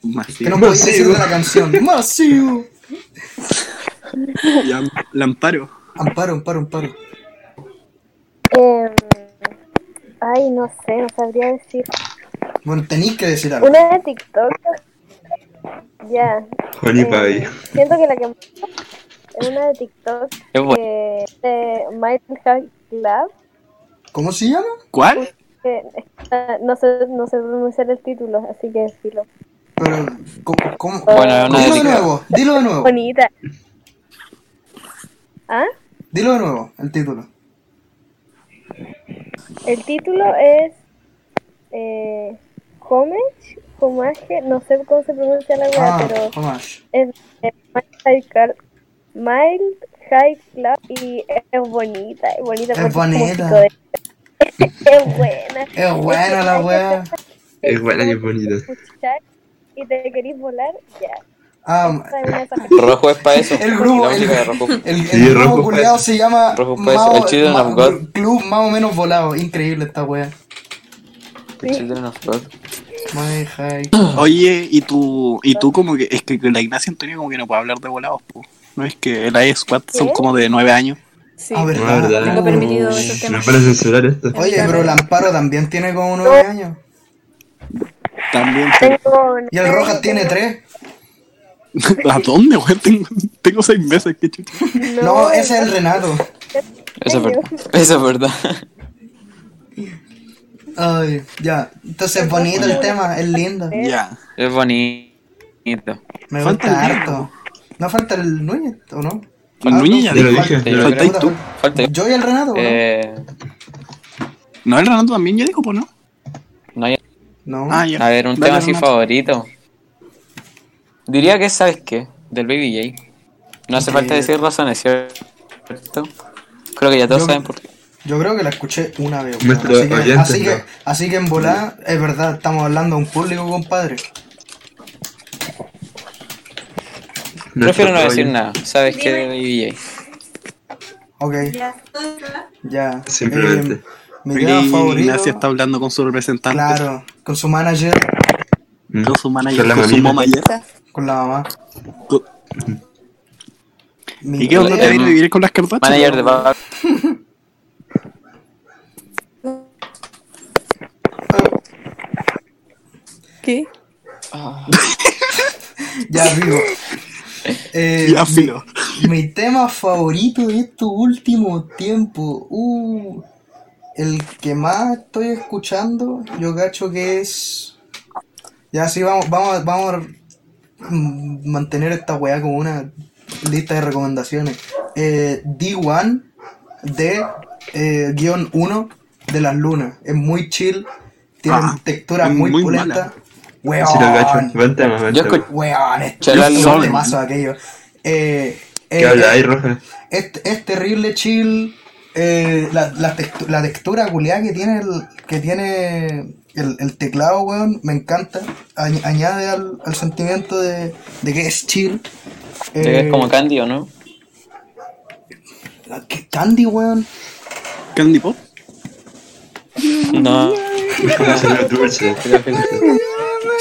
Speaker 2: Masivo.
Speaker 1: Que no podéis decir
Speaker 4: Masivo.
Speaker 1: de la canción. Masivo.
Speaker 2: Y am- Lamparo.
Speaker 1: Amparo, amparo, amparo.
Speaker 6: Em, ay, no sé, no sabría decir.
Speaker 1: Bueno, tenéis que decir algo.
Speaker 6: Una de TikTok. Ya.
Speaker 4: Juan y
Speaker 6: eh,
Speaker 1: Oh,
Speaker 4: Pavi.
Speaker 6: siento que la que más- es una de TikTok
Speaker 3: Es bueno.
Speaker 6: que de Michael High Club.
Speaker 1: ¿Cómo se llama?
Speaker 2: ¿Cuál?
Speaker 6: que está- no sé, no sé pronunciar el título, así que filo.
Speaker 1: Pero, ¿cómo? cómo?
Speaker 3: Bueno, es
Speaker 1: dilo
Speaker 3: una
Speaker 1: de
Speaker 3: dedica-
Speaker 1: nuevo, dilo de nuevo,
Speaker 6: Bonita. ¿Ah?
Speaker 1: dilo de nuevo, el título.
Speaker 6: El título es eh, Homage, Homage, no sé cómo se pronuncia la weá,
Speaker 1: Ah,
Speaker 6: pero
Speaker 1: homage.
Speaker 6: es eh, Mild High Club, Mild High Club y es bonita, es bonita. porque
Speaker 1: Es
Speaker 6: como
Speaker 1: bonita.
Speaker 6: chico de- es buena.
Speaker 1: Es buena la wea.
Speaker 4: Es buena y es bonita.
Speaker 6: Escuchar y te querís volar, ya.
Speaker 1: Ah,
Speaker 6: Esa es una de esas
Speaker 3: Rojo es para eso.
Speaker 1: el grupo,
Speaker 3: La música de
Speaker 1: el,
Speaker 3: Rojo.
Speaker 1: el,
Speaker 4: Sí,
Speaker 1: el grupo
Speaker 4: Rojo
Speaker 1: culiado
Speaker 4: Paz.
Speaker 1: se llama
Speaker 3: Rojo Paz,
Speaker 1: Mao-
Speaker 3: el Children
Speaker 1: Ma-
Speaker 3: of God.
Speaker 1: Club Más o menos Volado. Increíble esta wea.
Speaker 3: The Children of God.
Speaker 1: My high.
Speaker 2: Oye, y tú, y tú como que, es que la Ignacia Antonio como que no puede hablar de volados, po. ¿No es que el Ice Squad son
Speaker 6: ¿Qué?
Speaker 2: como de 9 años?
Speaker 5: Sí.
Speaker 1: Ah,
Speaker 4: No,
Speaker 1: verdad.
Speaker 4: ¿verdad?
Speaker 5: Tengo permitido
Speaker 4: Uy,
Speaker 5: esos temas.
Speaker 4: Nos van a censurar esto.
Speaker 1: Oye, pero el Amparo también tiene como nueve años.
Speaker 2: También.
Speaker 6: Tengo.
Speaker 1: Y el Rojas tiene tres.
Speaker 2: ¿A dónde, güey? Tengo, tengo 6 meses, qué chucha.
Speaker 1: No, ese es el Renato.
Speaker 3: Eso es verdad. Eso es verdad.
Speaker 1: Ay, ya. Entonces es bonito el tema, es lindo.
Speaker 2: Ya.
Speaker 3: Es bonito.
Speaker 1: Me gusta
Speaker 2: Falta el
Speaker 1: harto. No falta el Núñez, ¿o no?
Speaker 2: El
Speaker 1: Ah,
Speaker 2: Núñez ya
Speaker 1: no,
Speaker 4: Yo lo
Speaker 2: dijo.
Speaker 4: dije.
Speaker 3: Te lo
Speaker 2: Falta ahí
Speaker 1: puta,
Speaker 2: tú.
Speaker 1: falta-
Speaker 3: Falta.
Speaker 1: Yo y el Renato, ¿o ¿no?
Speaker 3: Eh,
Speaker 2: No, el Renato también ya dijo, pues no.
Speaker 3: no hay-
Speaker 1: no.
Speaker 2: Ah, ya.
Speaker 3: A ver, un
Speaker 2: Dale,
Speaker 3: tema así
Speaker 2: Renato.
Speaker 3: favorito. Diría que, ¿sabes qué? Del Baby J. No hace falta decir razones, ¿cierto? Creo que ya todos
Speaker 1: Yo-
Speaker 3: saben por qué.
Speaker 1: Yo creo que la escuché una vez. weón.
Speaker 4: Nuestros
Speaker 1: Así que,
Speaker 4: oyentes,
Speaker 1: así, que,
Speaker 4: no.
Speaker 1: así que en volada, es verdad, estamos hablando a un público, compadre.
Speaker 3: Prefiero no
Speaker 4: Nuestro
Speaker 3: decir
Speaker 4: oye,
Speaker 3: nada. ¿Sabes qué? Del Baby J.
Speaker 1: Ok, ya.
Speaker 4: Simplemente.
Speaker 1: Eh, mi tema favorito.
Speaker 2: Ignacia está hablando con su representante.
Speaker 1: Claro, con su manager,
Speaker 4: ¿no?
Speaker 2: Con su manager,
Speaker 4: Con la
Speaker 2: con su
Speaker 4: mamita.
Speaker 2: mamá ayer.
Speaker 1: con la mamá.
Speaker 2: Con-
Speaker 1: Mi
Speaker 2: ¿Y qué onda
Speaker 1: tema-
Speaker 2: te va a ir a vivir con las cartas?
Speaker 3: Manager de Bad
Speaker 5: ¿Qué?
Speaker 1: Ya vivo. Eh,
Speaker 2: Ya, filo.
Speaker 1: Mi tema favorito de estos últimos tiempos. Uh, el que más estoy escuchando, yo cacho que es. Ya sí, vamos, vamos, vamos a mm, mantener esta weá como una lista de recomendaciones. Eh, D1 de eh, guión 1 de las lunas. Es muy chill, tiene
Speaker 2: Ah,
Speaker 1: texturas
Speaker 2: es
Speaker 1: muy,
Speaker 2: muy
Speaker 1: pulenta.
Speaker 2: mala.
Speaker 1: Weón.
Speaker 4: Sí, lo cacho. Buen tema, buen
Speaker 3: Yo
Speaker 4: tema.
Speaker 3: escuché-
Speaker 1: Weón, es
Speaker 3: Chala,
Speaker 1: es
Speaker 2: Sol.
Speaker 1: un temazo aquello. Eh,
Speaker 4: ¿Qué
Speaker 1: eh,
Speaker 4: habla ahí, Roja?
Speaker 1: Es, es terrible chill. eh, la, la, textu- la textura culiada que tiene el, que tiene el, el teclado, weón, me encanta. Añ- añade al, al sentimiento de, de que es chill.
Speaker 3: que
Speaker 1: Eh,
Speaker 3: es como Candy, ¿o no?
Speaker 1: la- que Candy, weón.
Speaker 2: Candy Pop.
Speaker 3: No.
Speaker 4: Suena dulce.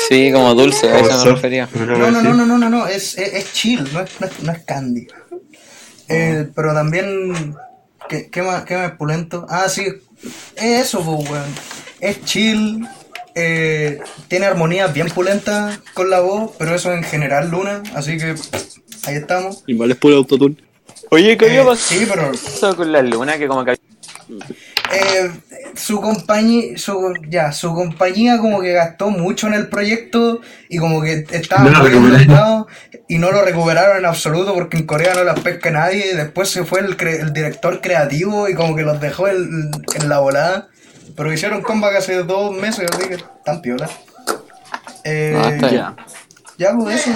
Speaker 3: Sí, como dulce, a
Speaker 4: Como
Speaker 3: eso me
Speaker 4: soft,
Speaker 3: refería.
Speaker 4: una
Speaker 1: No,
Speaker 4: wea
Speaker 1: no,
Speaker 4: así.
Speaker 1: no, no, no, no, no, es, es, es chill, no es, no es, no es candy. Eh, pero también, ¿qué, qué, más, ¿qué más pulento? Ah, sí, es eso, pues, weón. Es chill, eh, tiene armonías bien pulentas con la voz, pero eso en general, Luna, así que ahí estamos.
Speaker 2: Igual es puro autotune.
Speaker 3: Oye, ¿qué
Speaker 1: Eh,
Speaker 3: había
Speaker 1: sí, pero
Speaker 3: pasado con la luna? Que como que
Speaker 1: eh, su compañía, su, ya, su compañía como que gastó mucho en el proyecto y como que estaba
Speaker 4: No lo
Speaker 1: muy
Speaker 4: recuperaron.
Speaker 1: endeudado y no lo recuperaron en absoluto porque en Corea no las pesca nadie y después se fue el, cre- el director creativo y como que los dejó el- en la volada. Pero hicieron comeback hace dos meses, así que tan piola. Eh,
Speaker 3: Ah, está bien.
Speaker 2: Ya.
Speaker 1: ya hago eso.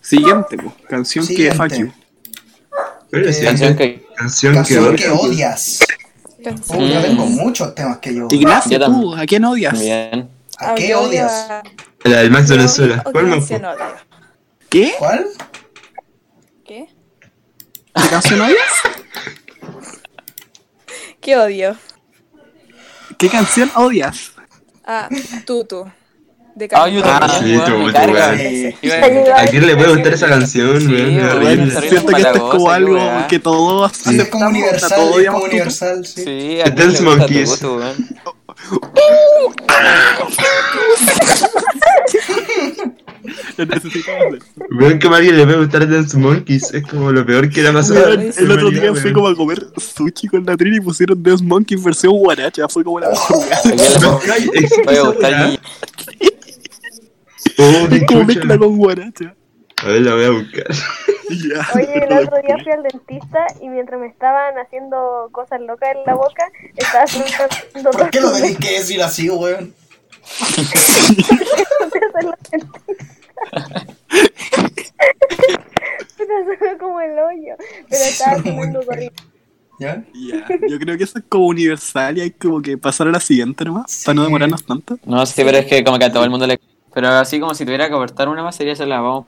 Speaker 2: Siguiente, po. canción
Speaker 1: Siguiente.
Speaker 2: que fuck you.
Speaker 4: Pero sí,
Speaker 3: Canción que-
Speaker 4: Canción que
Speaker 1: Canción que
Speaker 4: odio.
Speaker 1: odias. Uy, yo tengo
Speaker 5: Mm.
Speaker 1: muchos temas que yo.
Speaker 2: Ignacio,
Speaker 3: Yo
Speaker 2: tú, ¿a quién odias?
Speaker 3: Bien.
Speaker 1: ¿A qué odias?
Speaker 4: La del Max Venezuela.
Speaker 5: Venezuela.
Speaker 4: ¿Cuál me fue?
Speaker 2: ¿Qué?
Speaker 1: ¿Cuál?
Speaker 5: ¿Qué?
Speaker 2: ¿Qué canción odias?
Speaker 5: ¿Qué odio?
Speaker 2: ¿Qué canción odias?
Speaker 5: Ah, Tutu. De
Speaker 3: Ah, yo
Speaker 5: Camilo.
Speaker 3: también.
Speaker 4: Sí,
Speaker 3: weón,
Speaker 4: tú,
Speaker 3: me
Speaker 4: tú,
Speaker 3: carga.
Speaker 4: weón.
Speaker 1: Eh,
Speaker 3: Iba a decir-
Speaker 4: ¿A
Speaker 6: Ayuda.
Speaker 4: quién le puede gustar esa canción,
Speaker 3: Sí,
Speaker 4: weón? Es
Speaker 3: weón,
Speaker 4: horrible.
Speaker 3: está bien.
Speaker 2: Siento que esto es como
Speaker 3: Malagosa,
Speaker 2: algo
Speaker 3: qué weá.
Speaker 2: que todos
Speaker 1: Sí, es como
Speaker 2: aceptamos, o sea,
Speaker 1: universal,
Speaker 2: todos
Speaker 1: es como
Speaker 2: odiamos Tutu.
Speaker 1: universal, sí.
Speaker 3: Sí, a quién
Speaker 4: Dance
Speaker 3: le gusta tu
Speaker 4: Monkeys.
Speaker 3: gusto, weón.
Speaker 2: Yo necesito hablar.
Speaker 4: Weón, que a alguien le puede gustar Dance Monkeys. Es como lo peor que le ha pasado. a la
Speaker 2: Weón, El otro día
Speaker 4: humanidad,
Speaker 2: fui
Speaker 4: weón.
Speaker 2: como a comer sushi con la Trini y pusieron Deus Monkey versión guaracha. Fue como la mejor weá.
Speaker 3: A quién le
Speaker 4: No, ay, ex-
Speaker 3: puede gustar
Speaker 4: esa
Speaker 3: Gigi.
Speaker 4: weá. Oh,
Speaker 2: Es como mezcla
Speaker 4: escucha.
Speaker 2: con guaracha.
Speaker 4: A ver, la voy a buscar.
Speaker 2: Ya.
Speaker 6: Oye, el otro día fui al dentista y mientras me estaban haciendo cosas locas en la boca, estaba haciendo
Speaker 1: ¿Por qué lo tenéis que decir así, weón?
Speaker 6: Pero sonó como el hoyo. Pero estaba
Speaker 1: sonó muy
Speaker 6: haciendo
Speaker 1: feo.
Speaker 6: corriendo.
Speaker 1: ¿Ya?
Speaker 2: Ya, Yo creo que eso es como universal y hay como que pasar a la siguiente nomás, para no
Speaker 1: Sí.
Speaker 2: demorarnos tanto.
Speaker 3: No, sí, pero es que como que a todo el mundo le. Pero así como si tuviera que cortar una más, sería se la vamos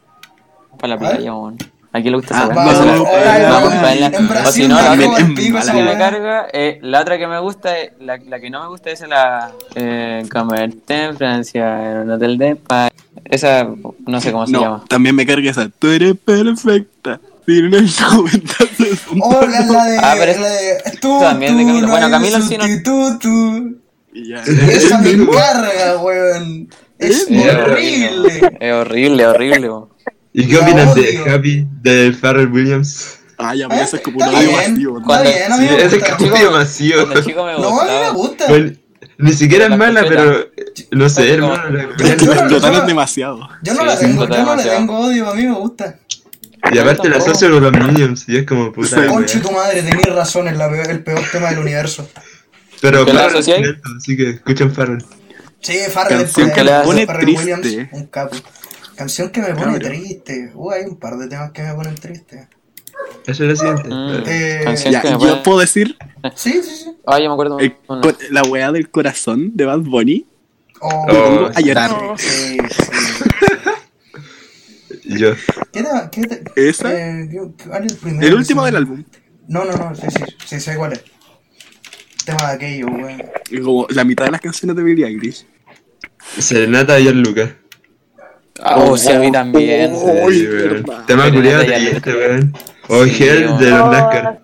Speaker 3: para la playa, weón. ¿A quién le gusta esa
Speaker 2: Ah,
Speaker 3: weón?
Speaker 2: vamos
Speaker 3: Esa la-
Speaker 2: para
Speaker 3: eh,
Speaker 2: la-
Speaker 3: vamos para la-
Speaker 1: en
Speaker 3: O si
Speaker 1: Brasil
Speaker 3: no, la
Speaker 1: me
Speaker 3: otra
Speaker 2: también
Speaker 1: como el
Speaker 2: en
Speaker 1: pico esa
Speaker 3: que me
Speaker 1: weá.
Speaker 3: carga, eh, la otra que me gusta, eh, la, la que no me gusta es la eh, Comerte en Francia, en un hotel de París. Esa, no sé cómo se
Speaker 2: no,
Speaker 3: llama.
Speaker 2: también me carga esa. Tú eres perfecta. Sí, no necesito comentarse eso.
Speaker 1: Oh, la, la de.
Speaker 3: Ah, pero es-
Speaker 1: la de. Tú,
Speaker 3: también de
Speaker 1: tú,
Speaker 3: Camilo.
Speaker 1: no
Speaker 3: Bueno,
Speaker 1: hay
Speaker 3: Camilo sí no-
Speaker 1: sustituto.
Speaker 2: Ya.
Speaker 1: Esa me
Speaker 4: mismo.
Speaker 1: carga, weón. Es
Speaker 2: Sí,
Speaker 3: es
Speaker 1: horrible.
Speaker 3: Es horrible, horrible. bo.
Speaker 4: ¿Y qué
Speaker 1: La
Speaker 4: opinas de
Speaker 1: odio.
Speaker 4: Happy, de Pharrell Williams?
Speaker 2: Ah, ya, pero
Speaker 1: ¿Eh?
Speaker 2: eso es como un
Speaker 1: Está
Speaker 2: audio
Speaker 1: bien,
Speaker 2: vacío. ¿no?
Speaker 1: Está
Speaker 3: Cuando-
Speaker 1: bien, a
Speaker 4: Sí,
Speaker 1: mí me
Speaker 4: ese es
Speaker 1: gusta.
Speaker 4: como demasiado.
Speaker 3: Cuando chico me
Speaker 1: No, a mí me
Speaker 3: gustaba.
Speaker 1: gusta.
Speaker 4: Bueno, Ni siquiera es
Speaker 3: La
Speaker 4: mala, pero
Speaker 3: completa.
Speaker 4: eh, no sé,
Speaker 3: Como-
Speaker 4: hermano. la
Speaker 1: Yo
Speaker 4: completa-
Speaker 1: no-
Speaker 2: Explotar es demasiado.
Speaker 1: Yo no
Speaker 3: Sí,
Speaker 1: la
Speaker 3: sí,
Speaker 1: tengo, yo no le
Speaker 3: demasiado.
Speaker 1: tengo odio, a mí me gusta.
Speaker 4: Y aparte la asocio con los Minions, y es como puta.
Speaker 2: Sí.
Speaker 4: wea.
Speaker 1: Conche tu madre, tenías razón, es la peor- el peor tema del universo.
Speaker 4: Pero
Speaker 3: ¿Qué la
Speaker 4: Pharrell,
Speaker 3: asociáis?
Speaker 4: es neto, así que escuchen Pharrell.
Speaker 1: Sí, Farrell
Speaker 2: Canción
Speaker 1: Farrell,
Speaker 3: que la
Speaker 1: Farrell
Speaker 2: pone triste.
Speaker 1: un capo. Canción que me pone
Speaker 2: Cabrón.
Speaker 1: triste. Uh, hay un par de temas que me ponen triste.
Speaker 4: Eso es lo siguiente.
Speaker 3: Mm,
Speaker 1: Eh,
Speaker 3: canción
Speaker 2: Ya,
Speaker 3: que me
Speaker 2: yo
Speaker 3: pone-
Speaker 2: puedo decir
Speaker 1: Sí, sí, sí.
Speaker 3: Ah, yo me acuerdo.
Speaker 2: el
Speaker 3: una.
Speaker 2: cor- la weá del corazón de Bad Bunny.
Speaker 1: Oh,
Speaker 2: Me
Speaker 4: Oh.
Speaker 2: pongo a llorar.
Speaker 1: eh, sí, sí.
Speaker 4: Y yo.
Speaker 1: ¿Qué tema? ¿Qué te-
Speaker 2: ¿Esa?
Speaker 1: eh, qué- cuál es el primero?
Speaker 2: El último
Speaker 1: Sí.
Speaker 2: del álbum.
Speaker 1: No, no, no, sí, sí, sí, sé cuál es. Tema de aquello, weón.
Speaker 2: Y Como la mitad de las canciones de Billie Eilish.
Speaker 4: Serenata y Luca.
Speaker 3: Ah, oh, sí, a mí también.
Speaker 2: Uy,
Speaker 4: Tema
Speaker 3: Serenata
Speaker 4: culiado
Speaker 3: y al
Speaker 4: triste,
Speaker 3: Luca.
Speaker 4: weón. O
Speaker 3: Sí,
Speaker 4: Hell
Speaker 3: weón.
Speaker 4: de los
Speaker 6: Oh,
Speaker 4: NASCAR.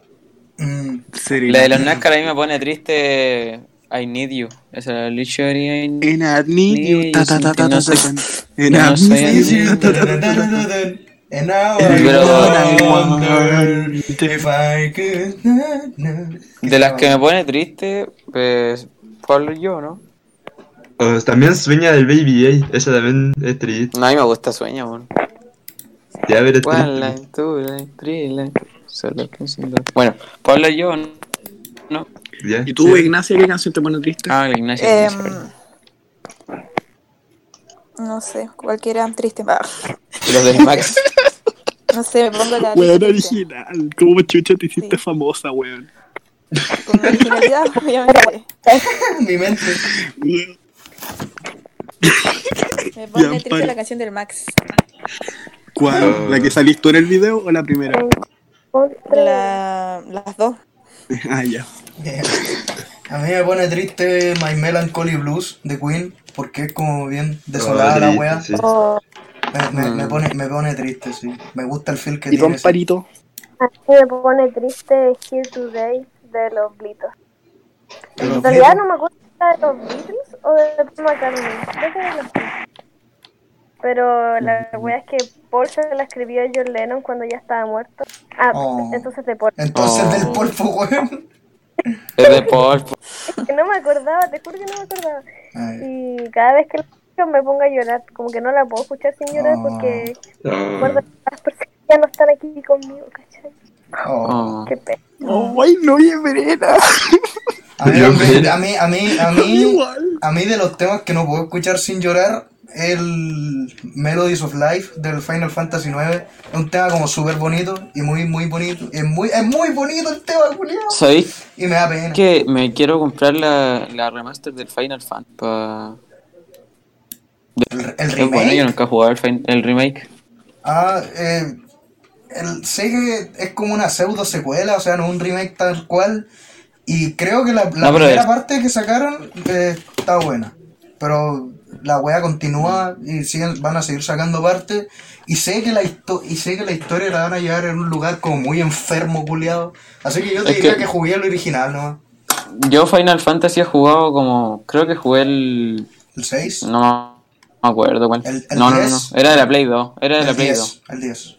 Speaker 1: Mm,
Speaker 3: La de los NASCAR a mí me pone triste. I need you. Esa era literally I need
Speaker 2: En Adnitio,
Speaker 3: Sí,
Speaker 2: ta ta ta ta
Speaker 3: no
Speaker 2: ta.
Speaker 3: soy-
Speaker 2: En
Speaker 3: no soy
Speaker 1: sí,
Speaker 2: Adnitio.
Speaker 1: sí, ta, ta, ta, ta, ta, ta, ta. And now I
Speaker 3: Pero-
Speaker 1: wonder if I could- na, na.
Speaker 3: De las que me pone triste, pues. Pablo y yo, ¿no?
Speaker 4: O también Sueña del Baby A. Esa también es triste.
Speaker 3: No, a mí me gusta Sueña, weón.
Speaker 4: Ya ver, es
Speaker 3: One
Speaker 4: triste.
Speaker 3: line, two line, three line. Solo pensando. Bueno, Pablo y yo, ¿no? ¿no?
Speaker 4: Ya.
Speaker 2: ¿Y tú, Ignacia, qué canción te pone triste?
Speaker 3: Ah, la Ignacia.
Speaker 5: Em,
Speaker 3: Ignacia.
Speaker 5: no sé, cualquiera triste. va.
Speaker 3: Los del Max.
Speaker 5: No sé, me pongo la
Speaker 2: Weón
Speaker 5: triste.
Speaker 2: original. ¿Cómo chucha te hiciste
Speaker 5: Sí.
Speaker 2: famosa, weón?
Speaker 5: Con originalidad, obviamente.
Speaker 1: Mi mente.
Speaker 5: Me pone
Speaker 2: Ya,
Speaker 5: triste
Speaker 2: pare.
Speaker 5: la canción del Max.
Speaker 2: ¿Cuál?
Speaker 3: Ah.
Speaker 2: ¿La que salís tú en el video o la primera?
Speaker 6: Otra.
Speaker 5: La, las dos.
Speaker 2: Ah, ya.
Speaker 1: Yeah. Eh, A mí me pone triste My Melancholy Blues de Queen, porque es como bien desolada
Speaker 4: Oh,
Speaker 1: la
Speaker 4: triste,
Speaker 1: wea.
Speaker 4: sí.
Speaker 6: Oh,
Speaker 1: Me, me-
Speaker 3: Ah, Mm.
Speaker 1: me pone, me pone triste, sí. Me gusta el feel que
Speaker 2: ¿Y
Speaker 1: tiene. esa-
Speaker 2: comparito?
Speaker 6: a mí me pone triste Here Today de los Blitos.
Speaker 1: Pero
Speaker 6: En realidad no me gusta de los Beatles o de Paul McCartney. Creo que de los Beatles. Pero la wea es que Paul se la escribió a John Lennon cuando ya estaba muerto. Ah,
Speaker 1: Oh.
Speaker 6: entonces de Paul.
Speaker 1: Entonces
Speaker 3: Oh.
Speaker 1: del polvo, weón.
Speaker 3: Es de Paul. po.
Speaker 6: Que no me acordaba, te juro que no me acordaba.
Speaker 1: Ay,
Speaker 6: Y cada vez que la escucho me pongo a llorar. Como que no la puedo escuchar sin llorar
Speaker 3: Ah.
Speaker 1: Oh.
Speaker 6: porque
Speaker 4: Oh.
Speaker 6: recuerdo que las personas ya no están aquí conmigo, ¿cachai?
Speaker 1: oh.
Speaker 3: Oh.
Speaker 6: Qué pena.
Speaker 2: Oh, ay, no, y Verena.
Speaker 1: A mí,
Speaker 4: Yo
Speaker 1: también-
Speaker 4: me-
Speaker 1: a mí, a mí, a mí,
Speaker 2: Igual.
Speaker 1: a mí de los temas que no puedo escuchar sin llorar, el Melodies of Life del Final Fantasy IX es un tema como súper bonito y muy, muy bonito. Es muy, es muy bonito el tema, culiao.
Speaker 3: ¿Sabéis
Speaker 1: Y me da pena.
Speaker 3: que me quiero comprar la, la remaster del Final Fantasy? Pa...
Speaker 1: El, el
Speaker 3: Es bueno, yo
Speaker 1: remake.
Speaker 3: nunca he jugado el, fin- el remake.
Speaker 1: Ah, eh, el- sé que es como una pseudo secuela, o sea, no un remake tal cual. Y creo que la, la
Speaker 3: No, pero
Speaker 1: primera
Speaker 3: es-
Speaker 1: parte que sacaron eh, está buena. Pero la wea continúa y siguen, van a seguir sacando partes. Y sé que la histo- y sé que la historia la van a llevar en un lugar como muy enfermo, culiado. Así que yo te
Speaker 3: Es
Speaker 1: diría que,
Speaker 3: que-
Speaker 1: jugué el original nomás.
Speaker 3: Yo Final Fantasy he jugado como... Creo que jugué el...
Speaker 1: El 6.
Speaker 3: Ah, No me acuerdo cuál.
Speaker 1: ¿El- el
Speaker 3: no, no, no, no.
Speaker 1: 10?
Speaker 3: Era de la Play 2. Era de la
Speaker 1: el
Speaker 3: Play
Speaker 1: 10.
Speaker 3: 2.
Speaker 1: El 10.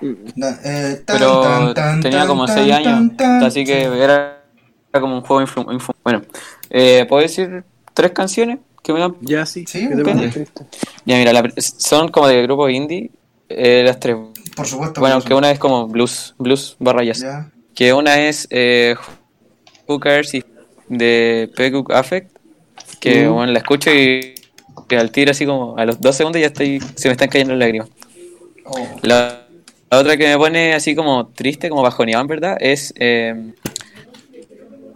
Speaker 2: Mm.
Speaker 1: Na- eh, tan,
Speaker 3: Pero
Speaker 1: tan, tan,
Speaker 3: tenía
Speaker 1: tan,
Speaker 3: como
Speaker 1: tan,
Speaker 3: 6 años.
Speaker 1: tan, tan.
Speaker 3: Así que era, era como un juego influ... influ- bueno, eh, ¿puedo decir tres canciones que me dan
Speaker 2: Ya, sí.
Speaker 1: Sí,
Speaker 2: ¿Qué te
Speaker 1: ok.
Speaker 2: pone triste?
Speaker 3: Ya, mira, la pr- son como de grupo indie, eh, las tres.
Speaker 1: Por supuesto.
Speaker 3: Bueno,
Speaker 1: por
Speaker 3: que una es como blues, blues barra jazz.
Speaker 1: supuesto. Ya.
Speaker 3: Que una es eh, Hookers y- de Pecook Affect, que
Speaker 2: Mm.
Speaker 3: bueno, la escucho y, y al tiro así como a los dos segundos ya estoy, se me están cayendo las lágrimas.
Speaker 1: Oh.
Speaker 3: La, la otra que me pone así como triste, como bajoneado en verdad, es eh,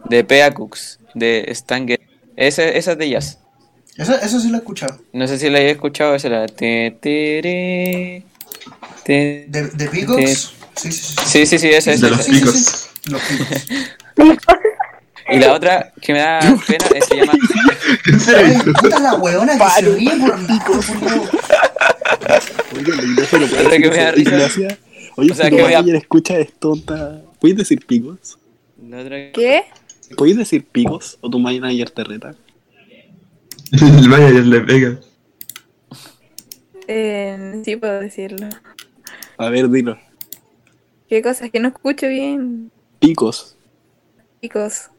Speaker 3: de Pea Cooks, de Stan Getz. Ese- Esa es de jazz.
Speaker 1: Esa, esa sí la he escuchado.
Speaker 3: No sé si la hayas escuchado, esa era. Te, te, re, te-
Speaker 1: ¿De, de Peacocks? Sí, sí, sí.
Speaker 3: Sí, sí, sí, esa es.
Speaker 4: De los
Speaker 1: Sí, sí,
Speaker 4: Peacocks.
Speaker 1: sí. Los Peacocks.
Speaker 3: Y la otra que me da pena eh, se llama.
Speaker 4: ¿En
Speaker 1: Ay,
Speaker 4: serio?
Speaker 1: puta la weona que se ríe por nada, por favor.
Speaker 2: Oye, la iglesia no
Speaker 3: Otra que me da risa.
Speaker 2: Iglesia. Oye,
Speaker 3: O sea,
Speaker 2: si tu
Speaker 3: que voy a-
Speaker 2: manager escucha es tonta. ¿Puedes decir picos?
Speaker 3: La otra-
Speaker 5: ¿Qué?
Speaker 2: ¿Puedes decir picos o tu manager te reta?
Speaker 4: El manager le pega.
Speaker 5: Eh, sí puedo decirlo.
Speaker 2: A ver, dilo.
Speaker 5: ¿Qué cosas? Que no escucho bien,
Speaker 2: Picos.
Speaker 5: chicos.
Speaker 2: ¡Oh!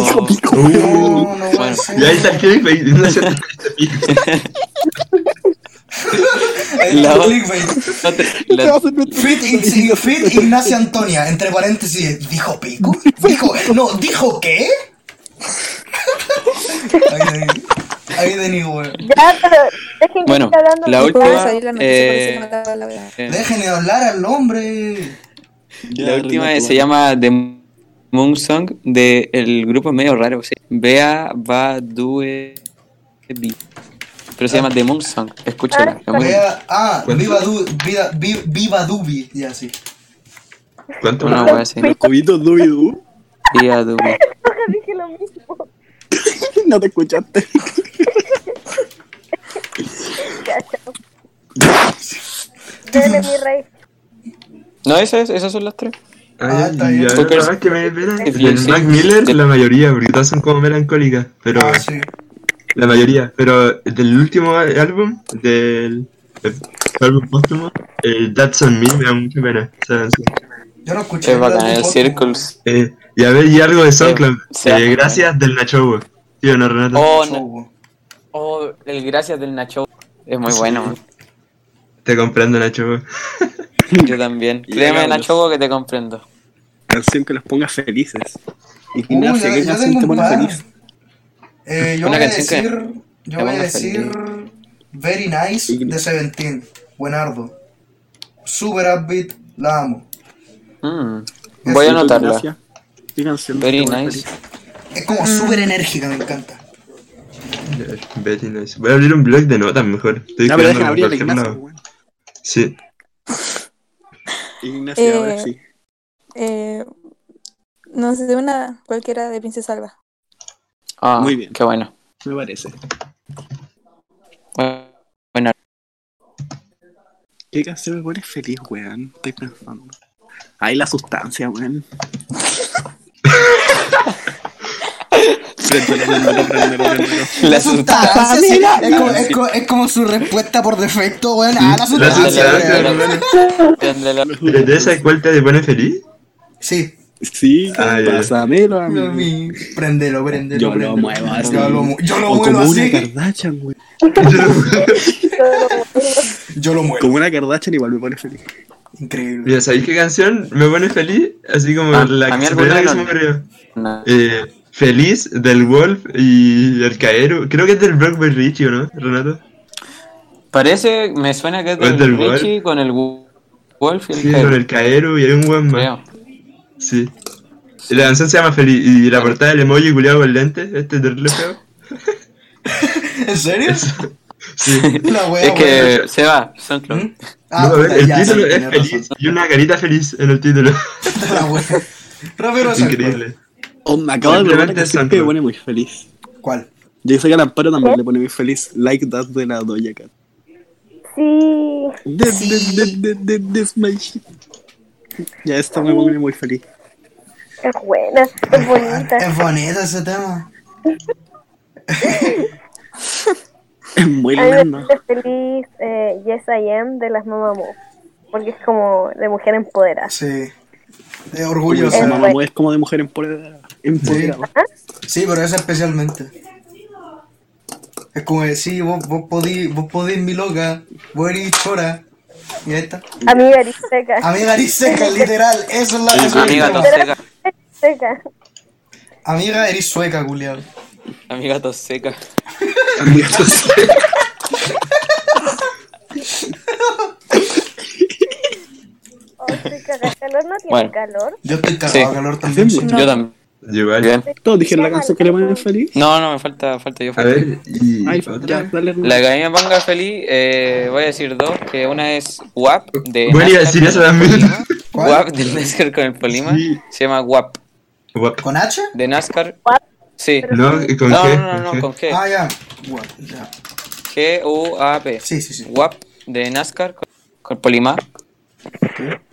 Speaker 2: Uh.
Speaker 3: Oh,
Speaker 2: Pico,
Speaker 1: No, no puede
Speaker 3: Bueno,
Speaker 1: ser.
Speaker 4: Y ahí está el clickbait. no se-
Speaker 1: Ahí está el
Speaker 3: La-
Speaker 1: clickbait.
Speaker 3: no te- la-
Speaker 1: Fit, Ign- Fit Ignacia Antonia, entre paréntesis, ¿dijo pico? Dijo, no, ¿dijo qué? Ahí, ahí, ahí de nuevo, weón.
Speaker 6: Ya, pero dejen que
Speaker 3: Bueno,
Speaker 6: esté
Speaker 3: la
Speaker 6: hablando. mi
Speaker 5: Puedo
Speaker 3: última-
Speaker 6: padre.
Speaker 5: salir la noticia por
Speaker 3: eh,
Speaker 5: eso no daba la verdad.
Speaker 3: eh,
Speaker 1: Dejen de hablar al hombre.
Speaker 3: la última se llama The Moon Song de el grupo es medio raro, sí. Bea va due Bi. Pero se llama The Moon Song. Escúchala. es muy-
Speaker 1: Vea, ah,
Speaker 4: ¿Cuánto?
Speaker 1: viva, du, vida, vi- viva Dubi, ya sí.
Speaker 4: ¿Cuánto?
Speaker 3: Una wea así.
Speaker 2: Los cubitos dubidu.
Speaker 3: Bea due.
Speaker 6: dije lo mismo.
Speaker 2: No te escuchaste.
Speaker 6: Ya, chao. Dale, mi rey.
Speaker 3: No, esas, esas son las tres.
Speaker 1: Ah,
Speaker 4: Ah,
Speaker 1: está bien.
Speaker 4: ya, la verdad que me pela.
Speaker 3: Sí,
Speaker 4: Del
Speaker 3: sí.
Speaker 4: Mac Miller, la mayoría, porque todas son como melancólicas. Pero
Speaker 1: Ah, sí.
Speaker 4: la mayoría. Pero del último al- álbum, del del álbum póstumo, el That's on Me me da mucha pena. esa canción.
Speaker 1: Yo no escuché.
Speaker 3: Es bacán,
Speaker 1: hablar de
Speaker 3: el
Speaker 1: foto.
Speaker 3: Circles.
Speaker 4: Eh, y a ver, y algo de SoundCloud.
Speaker 3: Sí, sí.
Speaker 4: Eh, gracias del Nacho. Bo. Sí, o no, Renato.
Speaker 3: Oh,
Speaker 1: Show,
Speaker 3: no-
Speaker 1: weón.
Speaker 3: oh, el Gracias del Nacho. Es muy bueno.
Speaker 4: Te comprendo, Nacho. Bo.
Speaker 3: Yo también.
Speaker 2: Y
Speaker 3: Créeme,
Speaker 2: hagamos.
Speaker 3: Nacho, que te comprendo.
Speaker 2: Canción que los ponga felices. Ignacia,
Speaker 1: Uy, yo-
Speaker 2: ¿qué
Speaker 1: yo
Speaker 2: canción
Speaker 1: tengo
Speaker 2: te
Speaker 1: un
Speaker 2: pone
Speaker 1: par.
Speaker 2: feliz?
Speaker 1: Eh, yo
Speaker 3: Una
Speaker 1: voy a
Speaker 3: canción que-
Speaker 1: decir, yo voy
Speaker 3: que
Speaker 1: a
Speaker 3: ponga
Speaker 1: decir Very Nice
Speaker 2: Ign-
Speaker 1: de Seventeen. Buenardo. Super upbeat, la amo.
Speaker 3: Mm,
Speaker 1: Es
Speaker 3: Voy a
Speaker 1: un
Speaker 3: anotarla.
Speaker 2: Ignacia, ¿Qué canción
Speaker 3: Very
Speaker 2: te pone
Speaker 3: nice.
Speaker 2: feliz?
Speaker 1: Es como
Speaker 2: Mm.
Speaker 1: súper enérgica, me encanta.
Speaker 4: Very nice. Voy a abrir un blog de notas mejor. Estoy
Speaker 2: Ya, pero
Speaker 4: creando
Speaker 2: dejen abrir a la
Speaker 4: cualquier
Speaker 2: Ignacia,
Speaker 4: lado.
Speaker 2: weón.
Speaker 4: Sí.
Speaker 2: Ignacia, ahora
Speaker 5: Eh,
Speaker 2: sí.
Speaker 5: Eh, no sé, una cualquiera de Princesa Alba.
Speaker 3: Ah,
Speaker 2: Muy bien.
Speaker 3: Qué bueno.
Speaker 2: Me parece.
Speaker 3: Bueno,
Speaker 2: ¿Qué canción me pone feliz, weón? Estoy pensando. Ahí la sustancia, weón. Prendelo, prendelo, prendelo, prendelo.
Speaker 3: la
Speaker 1: sustancia, sí. Es como, es como- es como su respuesta por defecto, weón. Ah, la
Speaker 4: La
Speaker 1: sustancia.
Speaker 4: sustancia,
Speaker 1: weón.
Speaker 4: hermano.
Speaker 3: sustancia.
Speaker 4: ¿Pero ¿De esa cuál te pone feliz?
Speaker 1: Sí.
Speaker 2: Sí,
Speaker 4: Ah, ya.
Speaker 2: pásamelo a mí.
Speaker 1: Prendelo, prendelo.
Speaker 2: Yo lo
Speaker 1: prendelo.
Speaker 2: muevo así.
Speaker 1: Yo lo, mu- yo lo
Speaker 2: O
Speaker 1: muevo
Speaker 2: como una
Speaker 1: así.
Speaker 2: Kardashian, weón.
Speaker 1: Yo lo muevo.
Speaker 2: Como una Kardashian igual me pone feliz.
Speaker 1: Increíble.
Speaker 4: Mira, ¿sabéis qué canción me pone feliz? Así como
Speaker 3: Ah,
Speaker 4: la
Speaker 3: a mí
Speaker 4: que se
Speaker 3: alguna
Speaker 4: pega que
Speaker 3: no.
Speaker 4: se murió.
Speaker 3: No.
Speaker 4: Eh, feliz del Wolf y el Caero. Creo que es del Blackberry Richie, ¿o no, Renato?
Speaker 3: Parece, me suena que es
Speaker 4: ¿Es
Speaker 3: del,
Speaker 4: del Wolf?
Speaker 3: Richie con el Wolf y el
Speaker 4: Sí,
Speaker 3: Jairo,
Speaker 4: con el Caero y hay un buen más.
Speaker 3: creo.
Speaker 4: Sí. Y la canción se llama Feliz. Y la portada del emoji culiado con lente, este terrible feo.
Speaker 1: ¿En serio?
Speaker 4: Sí.
Speaker 1: La wea,
Speaker 3: Es
Speaker 1: weón.
Speaker 3: que se va, son
Speaker 1: ¿Mm?
Speaker 3: Ah,
Speaker 4: No, a ver,
Speaker 1: puta,
Speaker 4: el
Speaker 1: ya,
Speaker 4: título
Speaker 1: sí,
Speaker 4: es
Speaker 1: tenés
Speaker 4: feliz y una carita feliz en el título.
Speaker 1: razón. La wea. Rápido, Rosa,
Speaker 4: Increíble.
Speaker 2: Oh, me acabo de preguntar una
Speaker 4: Simplemente
Speaker 2: canción que me
Speaker 4: santo.
Speaker 2: pone muy feliz.
Speaker 1: ¿Cuál?
Speaker 2: Yo sé que al Amparo también le pone muy feliz. Like that de la Doja Cat.
Speaker 6: Sí.
Speaker 2: This, this, this, this, this, this my shit. Ya, esta me pone muy feliz.
Speaker 6: Es buena, es bonita.
Speaker 1: Es bonito ese tema.
Speaker 2: Es muy
Speaker 6: A mí
Speaker 2: lindo.
Speaker 6: me hace feliz eh, Yes I Am de las Mamamoo. Porque es como de mujer empoderada.
Speaker 1: Sí. Es
Speaker 2: Oye,
Speaker 1: orgulloso.
Speaker 2: esa
Speaker 6: Eh,
Speaker 2: mamá
Speaker 6: bueno.
Speaker 2: es como de mujer empoderada. empoderada.
Speaker 1: Sí, pero esa especialmente. Es como decir, sí, vos, vos podís, vos podís, mi loca, vos eres chora. Y ahí está.
Speaker 6: Amiga Ariseca.
Speaker 1: Amiga Ariseca, literal, eso es la eso es el
Speaker 3: Amiga
Speaker 1: tema.
Speaker 3: Toseca.
Speaker 6: Ariseca.
Speaker 1: Amiga eres sueca, culiao.
Speaker 3: Amiga Toseca.
Speaker 6: Oh, estoy cagada. calor no tiene
Speaker 3: Bueno.
Speaker 6: calor.
Speaker 1: Yo estoy cagado de
Speaker 3: Sí.
Speaker 1: calor también.
Speaker 2: Sí,
Speaker 1: sí.
Speaker 3: Yo también.
Speaker 4: Igual.
Speaker 2: Todos dijeron la canción que le ponen feliz.
Speaker 3: No, no, me falta, falta yo.
Speaker 4: A ver, y
Speaker 2: Ay, ya,
Speaker 4: otra.
Speaker 2: dale.
Speaker 3: La que a mí me ponga feliz, eh, voy a decir dos, que una es WAP de
Speaker 4: Bueno, iba a
Speaker 3: NASCAR
Speaker 4: decir eso
Speaker 3: con el
Speaker 4: también.
Speaker 3: Polima.
Speaker 1: ¿Cuál?
Speaker 3: WAP de NASCAR con el Polima,
Speaker 4: Sí.
Speaker 3: se llama WAP.
Speaker 4: Guap.
Speaker 1: ¿Con H?
Speaker 3: De NASCAR,
Speaker 6: WAP.
Speaker 3: sí.
Speaker 4: No, con G.
Speaker 3: No, no, no, no,
Speaker 4: G.
Speaker 3: con G.
Speaker 1: Ah, ya. Guap, ya.
Speaker 3: G-U-A-P.
Speaker 1: Sí, sí, sí.
Speaker 3: WAP de NASCAR con- Cuerpo Lima.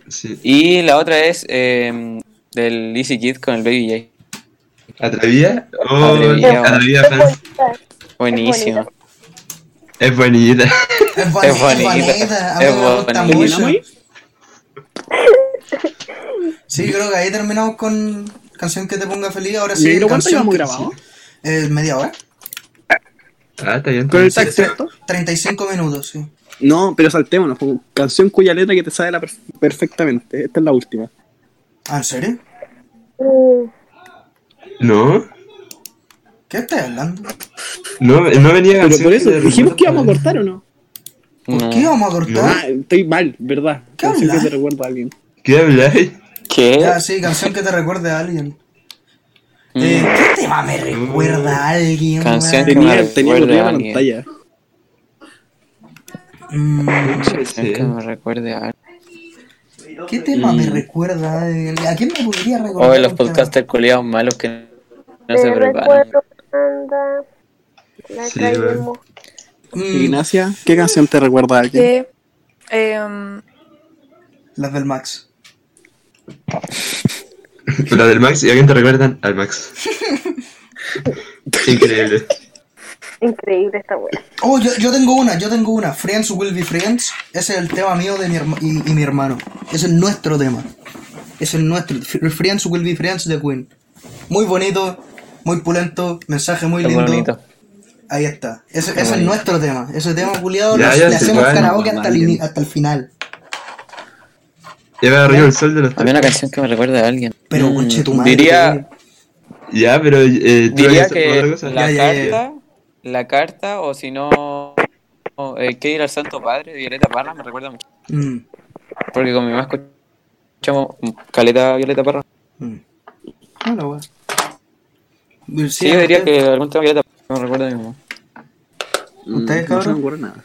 Speaker 4: Sí.
Speaker 3: Y la otra es eh, del Easy Kid con el Baby
Speaker 4: ¿Atrevía? Oh,
Speaker 3: Atrevía, bueno.
Speaker 4: Atrevía
Speaker 6: Es
Speaker 4: fans.
Speaker 6: bonita.
Speaker 3: J. Buenísimo.
Speaker 6: bonito.
Speaker 4: Es bonita.
Speaker 1: Es bonita, es bonita,
Speaker 3: bonita,
Speaker 1: a mí
Speaker 3: es
Speaker 1: me gusta
Speaker 3: bonita.
Speaker 2: ¿Terminamos
Speaker 1: mucho.
Speaker 2: ahí?
Speaker 1: Sí, creo que ahí terminamos con canción que te ponga feliz. Ahora sí,
Speaker 2: Negro, ¿cuánto
Speaker 1: canción
Speaker 2: llevamos
Speaker 1: que-
Speaker 2: grabado?
Speaker 1: Eh, media hora.
Speaker 4: Ah, está bien.
Speaker 2: ¿Con el
Speaker 4: Sí,
Speaker 2: tag, cierto?
Speaker 1: 35 minutos, sí.
Speaker 2: No, pero saltémonos. como Canción cuya letra que te sale la perf- perfectamente. Esta es la última.
Speaker 1: ¿Ah, ¿en serio?
Speaker 6: Mm,
Speaker 4: No,
Speaker 1: ¿Qué estás hablando?
Speaker 4: no, no venía
Speaker 2: Pero
Speaker 4: canción
Speaker 2: por eso,
Speaker 4: de-
Speaker 2: dijimos que íbamos a cortar o no.
Speaker 1: ¿Por
Speaker 3: No.
Speaker 1: qué vamos a cortar?
Speaker 2: Ah, estoy mal, ¿verdad?
Speaker 1: ¿Qué
Speaker 2: Canción que
Speaker 1: hablas?
Speaker 2: te recuerda a alguien.
Speaker 4: ¿Qué habláis?
Speaker 3: ¿Qué?
Speaker 1: Ya, sí, canción que te recuerde a alguien. Eh, ¿Qué tema me recuerda a alguien?
Speaker 3: Mm. Canción
Speaker 1: weón?
Speaker 3: que me
Speaker 2: Tenía, tenía
Speaker 3: recuerda
Speaker 2: corrida
Speaker 3: a alguien.
Speaker 2: pantalla.
Speaker 1: Mm,
Speaker 4: Sí.
Speaker 3: Que me recuerde a
Speaker 1: ¿Qué tema me recuerda a alguien? ¿A quién me podría recordar?
Speaker 3: O de Mm. los
Speaker 1: un tema?
Speaker 3: podcasters culiados malos que no
Speaker 6: te
Speaker 3: se preparan.
Speaker 6: recuerdo, anda, la
Speaker 4: Sí,
Speaker 6: calle
Speaker 4: bueno.
Speaker 6: mojada.
Speaker 1: Mm,
Speaker 2: Ignacia, ¿qué canción te recuerda a alguien?
Speaker 5: Que, em,
Speaker 1: las del Max.
Speaker 4: La del Max, ¿y a quién te recuerdan? Al Max. Increíble.
Speaker 6: Increíble esta wea.
Speaker 1: Oh, yo, yo tengo una, yo tengo una. Friends will be friends. Ese es el tema mío de mi herma- y, y mi hermano. Ese es nuestro tema. Ese es nuestro. F- Friends will be friends de Queen. Muy bonito, muy pulento, mensaje muy
Speaker 3: Está
Speaker 1: lindo.
Speaker 3: bonito.
Speaker 1: Ahí está. Ese, ese es nuestro tema. Ese tema culiado
Speaker 4: Ya,
Speaker 1: lo-
Speaker 4: ya
Speaker 1: le
Speaker 4: sé
Speaker 1: hacemos
Speaker 4: cuál.
Speaker 1: karaoke hasta el,
Speaker 2: Vale.
Speaker 1: ini- hasta el final.
Speaker 4: Ya me arriba el sol de los
Speaker 3: Había una canción que me recuerda a alguien. Mm.
Speaker 1: Pero, conche tu madre.
Speaker 3: Diría,
Speaker 4: Ya, pero. Eh, tú
Speaker 3: diría
Speaker 4: habías- otra
Speaker 3: que
Speaker 4: cosa.
Speaker 3: la
Speaker 1: Ya, ya, ya.
Speaker 3: carta, la carta, o si no, o, eh, ¿qué ir al Santo Padre? Violeta Parra me recuerda mucho.
Speaker 1: Mm,
Speaker 3: Porque con mi mamá escuchamos Caleta Violeta Parra.
Speaker 1: mm. Ah, la wea. Sí,
Speaker 3: Sí, yo diría
Speaker 1: usted-
Speaker 3: que algún tema de Violeta Parra me recuerda a mi mamá.
Speaker 1: ¿Ustedes,
Speaker 2: no se
Speaker 1: cabrón?
Speaker 2: me ocurre nada.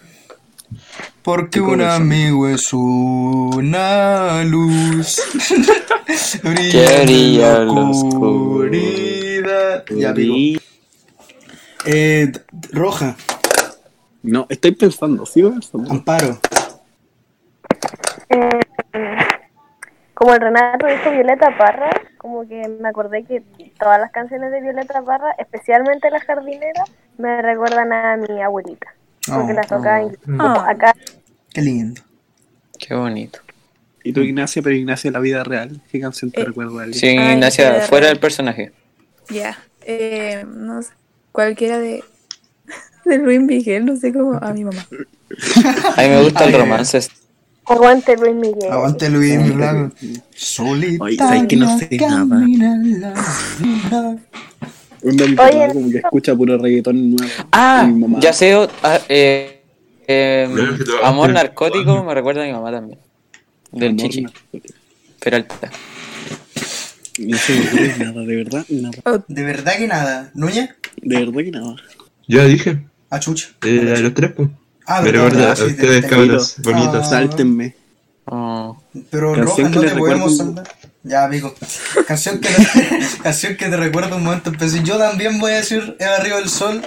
Speaker 1: Porque un amigo es una luz.
Speaker 3: Que brilla
Speaker 1: en
Speaker 3: en la
Speaker 1: oscuridad. Ya, pico. Eh, d- d- roja,
Speaker 2: No, estoy pensando, sigo pensando.
Speaker 1: amparo.
Speaker 6: Eh, Como el Renato dijo Violeta Parra, como que me acordé que todas las canciones de Violeta Parra, especialmente las jardineras, me recuerdan a mi abuelita. Porque
Speaker 1: Oh,
Speaker 6: las tocaba en-
Speaker 5: Ah.
Speaker 6: acá.
Speaker 1: Qué lindo.
Speaker 3: Qué bonito.
Speaker 2: Y tú, Ignacia, pero Ignacia, la vida real. ¿Qué canción te
Speaker 5: Eh,
Speaker 2: recuerda a alguien?
Speaker 3: Sí,
Speaker 5: Ay, qué
Speaker 3: Ignacia, fuera
Speaker 5: raro.
Speaker 3: del personaje.
Speaker 5: ya. eh, no sé. Cualquiera de. De Luis Miguel, no sé cómo. A mi mamá.
Speaker 3: A mí me gusta el romance.
Speaker 6: Aguante Luis Miguel.
Speaker 1: Aguante Luis, mi blanco. Solitario.
Speaker 2: Oye, ¿sabes que no sé nada? Onda, mi
Speaker 6: Oye,
Speaker 2: papá como que escucha puro reggaetón nuevo.
Speaker 3: Ah,
Speaker 2: Mi mamá.
Speaker 3: ya sé, o- ah, eh, eh,
Speaker 4: Pero es que te va-
Speaker 3: Amor
Speaker 4: te-
Speaker 3: Narcótico me recuerda a mi mamá también. Del
Speaker 2: Amor,
Speaker 3: Chichi,
Speaker 2: no,
Speaker 3: Peralta.
Speaker 2: no se me ocurre nada, de verdad, nada.
Speaker 5: Oh,
Speaker 1: De verdad que nada. Nuña,
Speaker 2: De verdad que nada.
Speaker 4: Yo dije,
Speaker 1: achucha.
Speaker 4: eh, a los tres, pues.
Speaker 1: Ah,
Speaker 4: Me
Speaker 1: verdad,
Speaker 4: recuerda
Speaker 1: verdad,
Speaker 4: a
Speaker 1: sí, te-
Speaker 4: ustedes,
Speaker 1: te-
Speaker 4: cabros
Speaker 2: Ah.
Speaker 4: bonitos.
Speaker 2: Sáltenme.
Speaker 3: Oh,
Speaker 1: Pero
Speaker 2: Canción
Speaker 1: Rojas,
Speaker 2: que
Speaker 1: no
Speaker 2: le
Speaker 1: te podemos
Speaker 2: recuerdo un-
Speaker 1: saltar. Ya, amigo. Canción que, te, canción que te recuerda un momento especial. Yo también voy a decir Eva Río del Sol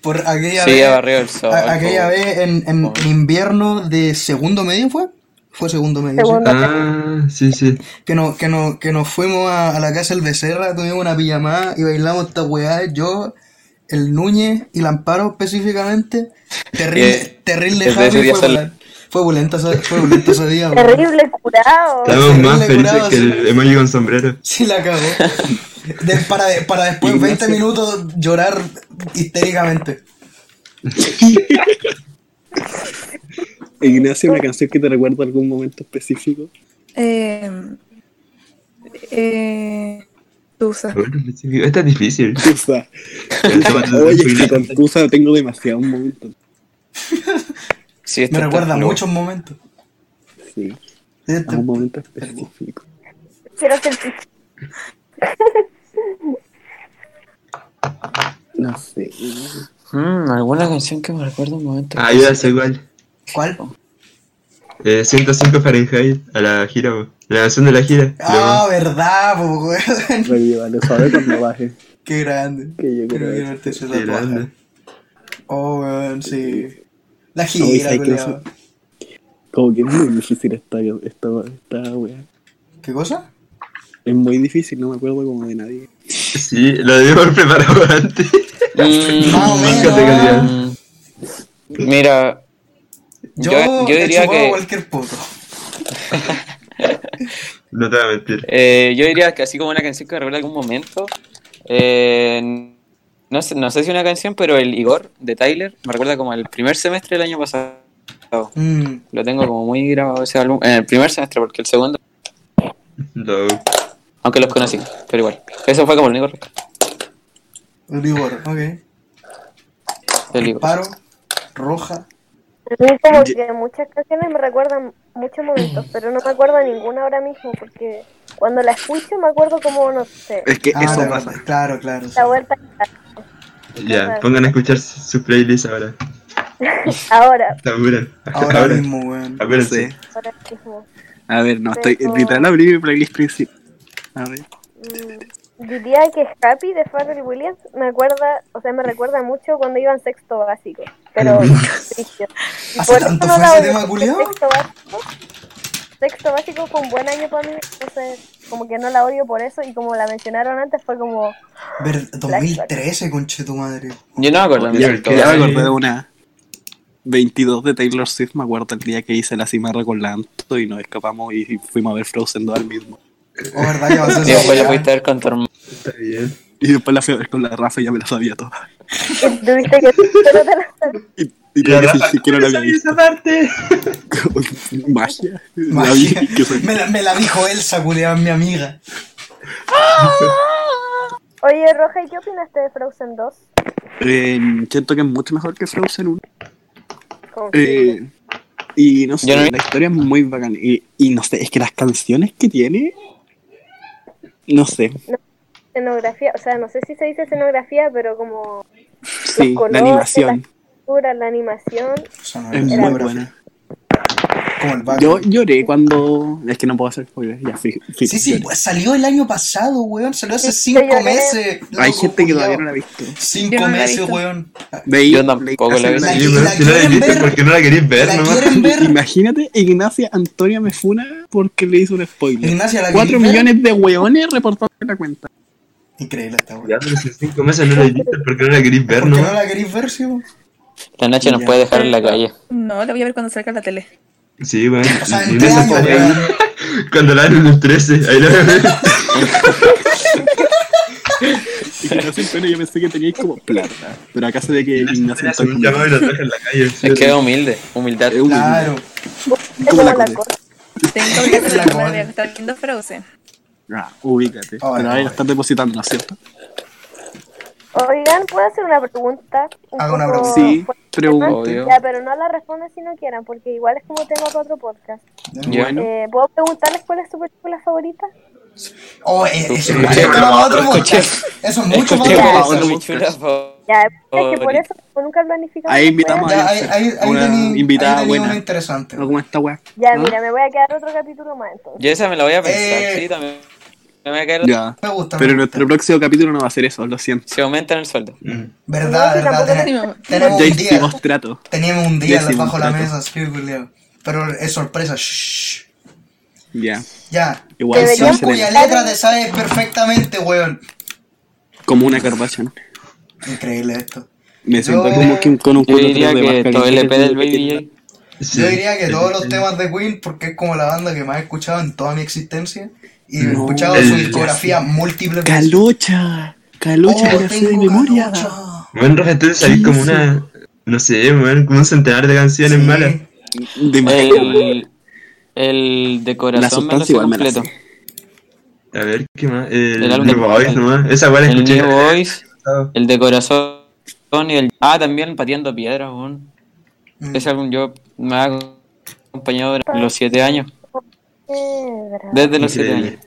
Speaker 1: por aquella
Speaker 3: Sí,
Speaker 1: vez.
Speaker 3: Eva Río del Sol,
Speaker 1: a- aquella
Speaker 3: po.
Speaker 1: vez en, en
Speaker 3: Po.
Speaker 1: invierno de segundo medio, ¿fue? Fue segundo medio. sí.
Speaker 6: Segundo.
Speaker 4: Ah, sí, sí.
Speaker 1: Que, no, que, no, que nos fuimos a, a la casa del Becerra, tuvimos una pijamada y bailamos esta weá. Yo, el Núñez y el Amparo específicamente. Terrible,
Speaker 3: Eh,
Speaker 1: terrible
Speaker 3: desde ese
Speaker 1: Javi.
Speaker 3: día
Speaker 1: Fue,
Speaker 3: sal-
Speaker 1: volan- fue violento ese- fue violento ese día. weón.
Speaker 6: Terrible curado.
Speaker 4: Estamos
Speaker 1: Sí,
Speaker 4: más
Speaker 1: le
Speaker 4: felices
Speaker 1: curaba,
Speaker 4: que
Speaker 1: sí.
Speaker 4: el emoji con sombrero.
Speaker 1: Sí, la cagó. De- para, de- para después, 20 minutos, llorar histéricamente.
Speaker 2: Ignacia, una canción que te recuerda algún momento específico.
Speaker 5: Eh, eh, Tusa.
Speaker 4: Esta es difícil.
Speaker 2: Tusa. Oye, es que con Tusa tengo demasiados momentos.
Speaker 3: Sí, esto
Speaker 1: Me
Speaker 3: está
Speaker 1: recuerda a
Speaker 3: loco.
Speaker 1: muchos momentos.
Speaker 2: Sí, a
Speaker 1: Este-
Speaker 2: un momento específico.
Speaker 6: Quiero ser pichi.
Speaker 2: No sé.
Speaker 3: Mm, alguna canción que me recuerda un momento.
Speaker 4: Ah, yo ya sé igual.
Speaker 1: ¿Cuál?
Speaker 4: Eh, 105 Fahrenheit a la gira, po. La canción de la gira.
Speaker 1: Ah, verdad, po, weón.
Speaker 2: Revival, ¿sabes? Cuando baje.
Speaker 1: Qué grande.
Speaker 2: Que yo
Speaker 1: Pero
Speaker 2: creo
Speaker 1: que
Speaker 2: que-
Speaker 1: no te se
Speaker 4: Qué grande.
Speaker 1: Oh, weón, sí. La
Speaker 2: Oye,
Speaker 1: gira,
Speaker 2: ¿sabes qué?
Speaker 1: culiao.
Speaker 2: Como que es muy difícil esta, esta, esta wea.
Speaker 1: ¿Qué cosa?
Speaker 2: Es muy difícil, no me acuerdo como de nadie.
Speaker 4: Sí, lo debimos haber preparado antes.
Speaker 3: Mm.
Speaker 1: Más o
Speaker 4: Nunca te
Speaker 1: menos.
Speaker 4: calidad.
Speaker 3: Mira,
Speaker 1: Yo,
Speaker 3: Yo- yo
Speaker 1: he
Speaker 3: diría
Speaker 1: chupado
Speaker 3: que-
Speaker 1: cualquier poto.
Speaker 4: No te voy a mentir.
Speaker 3: eh, yo diría que así como una canción que revela algún momento, eh, no, sé, no sé si una canción, pero el Igor de Tyler me recuerda como el primer semestre del año pasado.
Speaker 1: Mm,
Speaker 3: Lo tengo como muy grabado ese álbum, en el primer semestre, porque el segundo,
Speaker 4: No.
Speaker 3: aunque los conocí, pero igual. Eso fue como el único recuerdo
Speaker 1: el Igor, ok.
Speaker 3: del Igor.
Speaker 1: Paro, roja.
Speaker 6: A mí como que muchas canciones me recuerdan muchos momentos, pero no me acuerdo ninguna ahora mismo porque cuando la escucho me acuerdo como, no sé,
Speaker 2: Es que
Speaker 1: Ah,
Speaker 2: eso
Speaker 1: la-
Speaker 2: pasa.
Speaker 1: Claro, claro. sí.
Speaker 6: la vuelta.
Speaker 4: Ya, pongan a escuchar sus playlists ahora.
Speaker 6: Ahora,
Speaker 4: Está buena.
Speaker 1: Ahora,
Speaker 4: Ahora,
Speaker 1: mismo, weón.
Speaker 4: acuérdense.
Speaker 2: Sí.
Speaker 6: ahora mismo.
Speaker 2: A ver, no, estoy
Speaker 6: Pero-
Speaker 2: literal abrí mi playlist principal. A ver.
Speaker 6: Mm, diría que Happy de Pharrell Williams me acuerda, o sea, me recuerda mucho cuando iba en sexto básico, pero brígido. Y
Speaker 1: ¿Hace tanto fue ese
Speaker 6: la olvidé,
Speaker 1: tema,
Speaker 6: porque
Speaker 1: culiao?
Speaker 6: Sexto básico, sexto básico fue un buen año para mí, entonces como que no la odio por eso y como la mencionaron antes fue como
Speaker 1: Ver- 2013, conche tu madre.
Speaker 3: Yo no me acuerdo.
Speaker 4: Ya,
Speaker 3: me
Speaker 4: que
Speaker 2: Ya
Speaker 4: Ay.
Speaker 2: me acordé de una 22 de Taylor Swift, me acuerdo el día que hice la cimarra con la Anto y nos escapamos y fuimos a ver Frozen 2 al mismo.
Speaker 1: Oh, verdad que va a ser
Speaker 3: Y después
Speaker 1: esa
Speaker 3: lo
Speaker 1: weá.
Speaker 3: pudiste ver con tu hermano.
Speaker 4: Está bien.
Speaker 2: Y después la fui a ver con la Rafa y ya me la sabía toda.
Speaker 6: Tuviste que pero te la sabes.
Speaker 2: Y, y
Speaker 4: Ya,
Speaker 2: tenía que
Speaker 4: Rafa,
Speaker 2: fingir que no la había
Speaker 4: ¿sabes
Speaker 2: visto.
Speaker 4: esa parte?
Speaker 2: Magia. La vi,
Speaker 1: Magia.
Speaker 2: que soy-
Speaker 1: Me la, me la dijo Elsa, culiao, mi amiga.
Speaker 6: Oye, Roja, ¿y qué opinaste de Frozen 2?
Speaker 2: Eh, siento que es mucho mejor que Frozen 1.
Speaker 6: Como que-
Speaker 2: Eh, y no sé,
Speaker 3: Yo no-
Speaker 2: la historia es muy bacán. Y, y no sé, es que las canciones que tiene. No sé,
Speaker 6: Escenografía, o sea, no sé si se dice escenografía, pero como
Speaker 2: sí,
Speaker 6: colores,
Speaker 2: la animación
Speaker 6: dura la animación,
Speaker 1: Son
Speaker 2: es muy
Speaker 1: coreografía,
Speaker 2: buena.
Speaker 1: Como el Baco.
Speaker 2: Yo lloré cuando. Es que no puedo hacer spoilers. Ya, fi- fi-
Speaker 1: Sí, sí,
Speaker 2: lloré.
Speaker 1: pues salió el año pasado, weón. Salió hace
Speaker 6: Sí, yo
Speaker 1: 5
Speaker 6: lloré.
Speaker 1: meses.
Speaker 2: Hay
Speaker 1: loco,
Speaker 2: gente que
Speaker 1: culiao.
Speaker 2: todavía no la ha visto.
Speaker 1: Cinco
Speaker 5: Yo no la he
Speaker 1: meses,
Speaker 5: visto.
Speaker 1: weón.
Speaker 2: Veí-
Speaker 3: Yo tampoco
Speaker 2: veí-
Speaker 3: la he visto.
Speaker 4: Sí, pero
Speaker 1: ¿La
Speaker 4: si no la
Speaker 1: quieren
Speaker 4: viste,
Speaker 1: ver?
Speaker 4: ¿por qué no la queréis ver
Speaker 1: ¿La
Speaker 4: nomás?
Speaker 1: quieren ver?
Speaker 2: Imagínate, Ignacia Antonia me funa porque le hizo un spoiler.
Speaker 1: Ignacia, ¿la
Speaker 2: 4
Speaker 1: queréis ver?
Speaker 2: millones de hueones reportando la cuenta.
Speaker 1: Increíble esta
Speaker 4: Ya,
Speaker 1: weón.
Speaker 4: pero si en cinco meses no la habéis visto, ¿por qué no la queréis ver
Speaker 1: ¿Por qué no
Speaker 4: nomás?
Speaker 1: la queréis ver, sí? weón?
Speaker 3: La noche nos
Speaker 2: Ya.
Speaker 3: puede dejar en la calle.
Speaker 5: No, la voy a ver cuando salga la tele.
Speaker 4: Sí, weón.
Speaker 1: O sea,
Speaker 4: Y
Speaker 1: en
Speaker 4: de
Speaker 1: tres
Speaker 4: esa
Speaker 1: años,
Speaker 4: salida,
Speaker 1: weón.
Speaker 4: Cuando la dan en los 13, ahí la voy a ver.
Speaker 2: Ignacia Antonia, yo pensé que teníais como plata. Pero acá se ve que Ignacia
Speaker 4: Hace un
Speaker 2: Antonia.
Speaker 4: llamado y la traje en la calle.
Speaker 3: Es que es humilde, humildad.
Speaker 2: Es humilde.
Speaker 1: Claro.
Speaker 6: es
Speaker 2: ¿Cómo
Speaker 6: como
Speaker 2: la
Speaker 6: la
Speaker 2: conoces?
Speaker 6: cosa.
Speaker 5: Tengo que hacer
Speaker 1: La
Speaker 5: la
Speaker 1: cola.
Speaker 5: voy a estar viendo Frozen.
Speaker 2: Ah, ubícate.
Speaker 1: Ay,
Speaker 2: pero ahí
Speaker 1: ay.
Speaker 2: la estás depositando, ¿no es cierto?
Speaker 6: Oigan, ¿puedo hacer una pregunta? Un
Speaker 1: Haga una pregunta.
Speaker 6: poco
Speaker 2: Sí,
Speaker 6: fuerte, ¿no?
Speaker 2: pregunte.
Speaker 3: Obvio.
Speaker 6: Ya, pero no la responden si no quieran, porque igual es como tema para otro podcast.
Speaker 3: Ya.
Speaker 2: Bueno,
Speaker 6: Eh, ¿Puedo preguntarles cuál es su película favorita?
Speaker 1: Oh, eh, eso es
Speaker 3: Escuché-
Speaker 1: mucho para otro
Speaker 3: escuché-
Speaker 1: podcast. Eso es mucho
Speaker 3: Escuché
Speaker 1: para
Speaker 2: Ya.
Speaker 1: otro
Speaker 3: por
Speaker 1: podcast.
Speaker 3: mi chula voz.
Speaker 6: Ya, es que por
Speaker 3: Favorita.
Speaker 6: eso como nunca planificamos.
Speaker 2: Ahí
Speaker 6: la
Speaker 2: invitamos
Speaker 6: wea.
Speaker 1: Ya, ahí, ahí, ahí
Speaker 2: Una
Speaker 1: tení- ahí
Speaker 2: invitada
Speaker 1: tení
Speaker 2: buena.
Speaker 1: una interesante.
Speaker 2: ¿no? ¿Cómo está, weá?
Speaker 6: Ya,
Speaker 2: ¿No?
Speaker 6: mira, me voy a quedar otro capítulo más entonces.
Speaker 3: Yo esa me la voy a pensar,
Speaker 1: Eh.
Speaker 3: sí, también. Me voy a caer.
Speaker 2: Ya.
Speaker 1: Me gusta. me
Speaker 2: Pero
Speaker 1: gusta.
Speaker 2: nuestro próximo capítulo no va a ser eso, lo siento.
Speaker 3: Se aumentan el sueldo.
Speaker 1: Verdad,
Speaker 6: No, si
Speaker 1: verdad.
Speaker 6: tampoco
Speaker 1: tene-
Speaker 5: tenemos-
Speaker 1: Tenemos
Speaker 2: Ya
Speaker 1: Oh, un día.
Speaker 2: hicimos trato.
Speaker 1: Teníamos un
Speaker 2: ya
Speaker 1: día
Speaker 2: hicimos
Speaker 1: bajo la
Speaker 2: trato.
Speaker 1: mesa, sí, culiao. Pero es sorpresa. shh.
Speaker 2: Ya.
Speaker 1: Ya.
Speaker 2: Igual
Speaker 6: Deberíamos
Speaker 1: Canción
Speaker 2: sí,
Speaker 6: Deberían-
Speaker 1: cuya
Speaker 2: serena.
Speaker 1: letra te sabes perfectamente, weón.
Speaker 2: como una Kardashian.
Speaker 1: Increíble esto.
Speaker 2: Me siento
Speaker 1: Yo-
Speaker 2: como que con un
Speaker 3: Yo
Speaker 2: culo
Speaker 3: diría
Speaker 2: de
Speaker 3: que
Speaker 2: mascarilla
Speaker 3: todo el EP del
Speaker 2: que tiene-
Speaker 3: Baby J.
Speaker 1: Yo diría que todos los temas de Queen, porque es como la banda que más he escuchado en toda mi existencia. Y he
Speaker 2: No.
Speaker 1: escuchado su
Speaker 4: El-
Speaker 1: discografía múltiples veces.
Speaker 2: Calucha.
Speaker 1: Oh,
Speaker 2: Calucha me la sé de
Speaker 1: tengo
Speaker 2: memoria.
Speaker 1: calucha.
Speaker 4: Bueno, Roja, tú sabés como una. No sé, weón, como un centenar de canciones
Speaker 1: Sí.
Speaker 4: malas.
Speaker 3: E
Speaker 2: De maravilla.
Speaker 3: El, el de
Speaker 2: La
Speaker 3: corazón me lo
Speaker 2: sustancia
Speaker 3: sé
Speaker 2: igual me la
Speaker 3: completo.
Speaker 2: sé.
Speaker 4: A ver, ¿qué más? El,
Speaker 3: El álbum
Speaker 4: New
Speaker 3: de-
Speaker 4: Boys nomás. Esa weá la
Speaker 3: El
Speaker 4: escuché.
Speaker 3: New Boys,
Speaker 4: Boys.
Speaker 3: el de corazón y el. Ah, también Pateando Piedras, weón.
Speaker 1: Mm.
Speaker 3: Ese álbum yo me ha acompañado durante los siete años.
Speaker 6: Piedra,
Speaker 3: Desde los siete
Speaker 4: Increíble.
Speaker 3: años.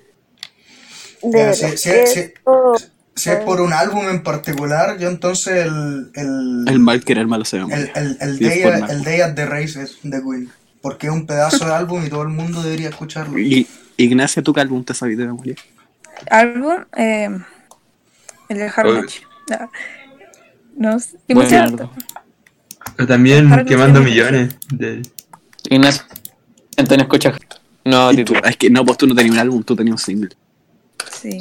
Speaker 1: Ya,
Speaker 6: de
Speaker 1: sí,
Speaker 6: los
Speaker 1: sí,
Speaker 6: que
Speaker 1: sí.
Speaker 6: todo-
Speaker 1: Si es por un álbum en particular, yo entonces el. El,
Speaker 2: El mal querer malo se
Speaker 1: el, el, el
Speaker 2: Sí, es
Speaker 1: Day,
Speaker 2: por
Speaker 1: at-
Speaker 2: mal.
Speaker 1: el Day at the Races de Queen. Porque es un pedazo de álbum y todo el mundo debería escucharlo.
Speaker 2: Y Ignacia, ¿tú qué álbum te sabías de memoria?
Speaker 5: Álbum, eh, el de Hard
Speaker 4: Oye.
Speaker 5: Match. Ya. No sé. Y
Speaker 3: Buen
Speaker 5: mucho
Speaker 3: Leonardo.
Speaker 5: harto.
Speaker 4: O también
Speaker 5: Para que
Speaker 4: quemando
Speaker 5: sea-
Speaker 4: millones. De...
Speaker 3: Ignacio Antonio escucha. No,
Speaker 2: Y tú-
Speaker 3: título.
Speaker 2: es que no, pues tú no tenías un álbum, tú tenías un single.
Speaker 5: Sí.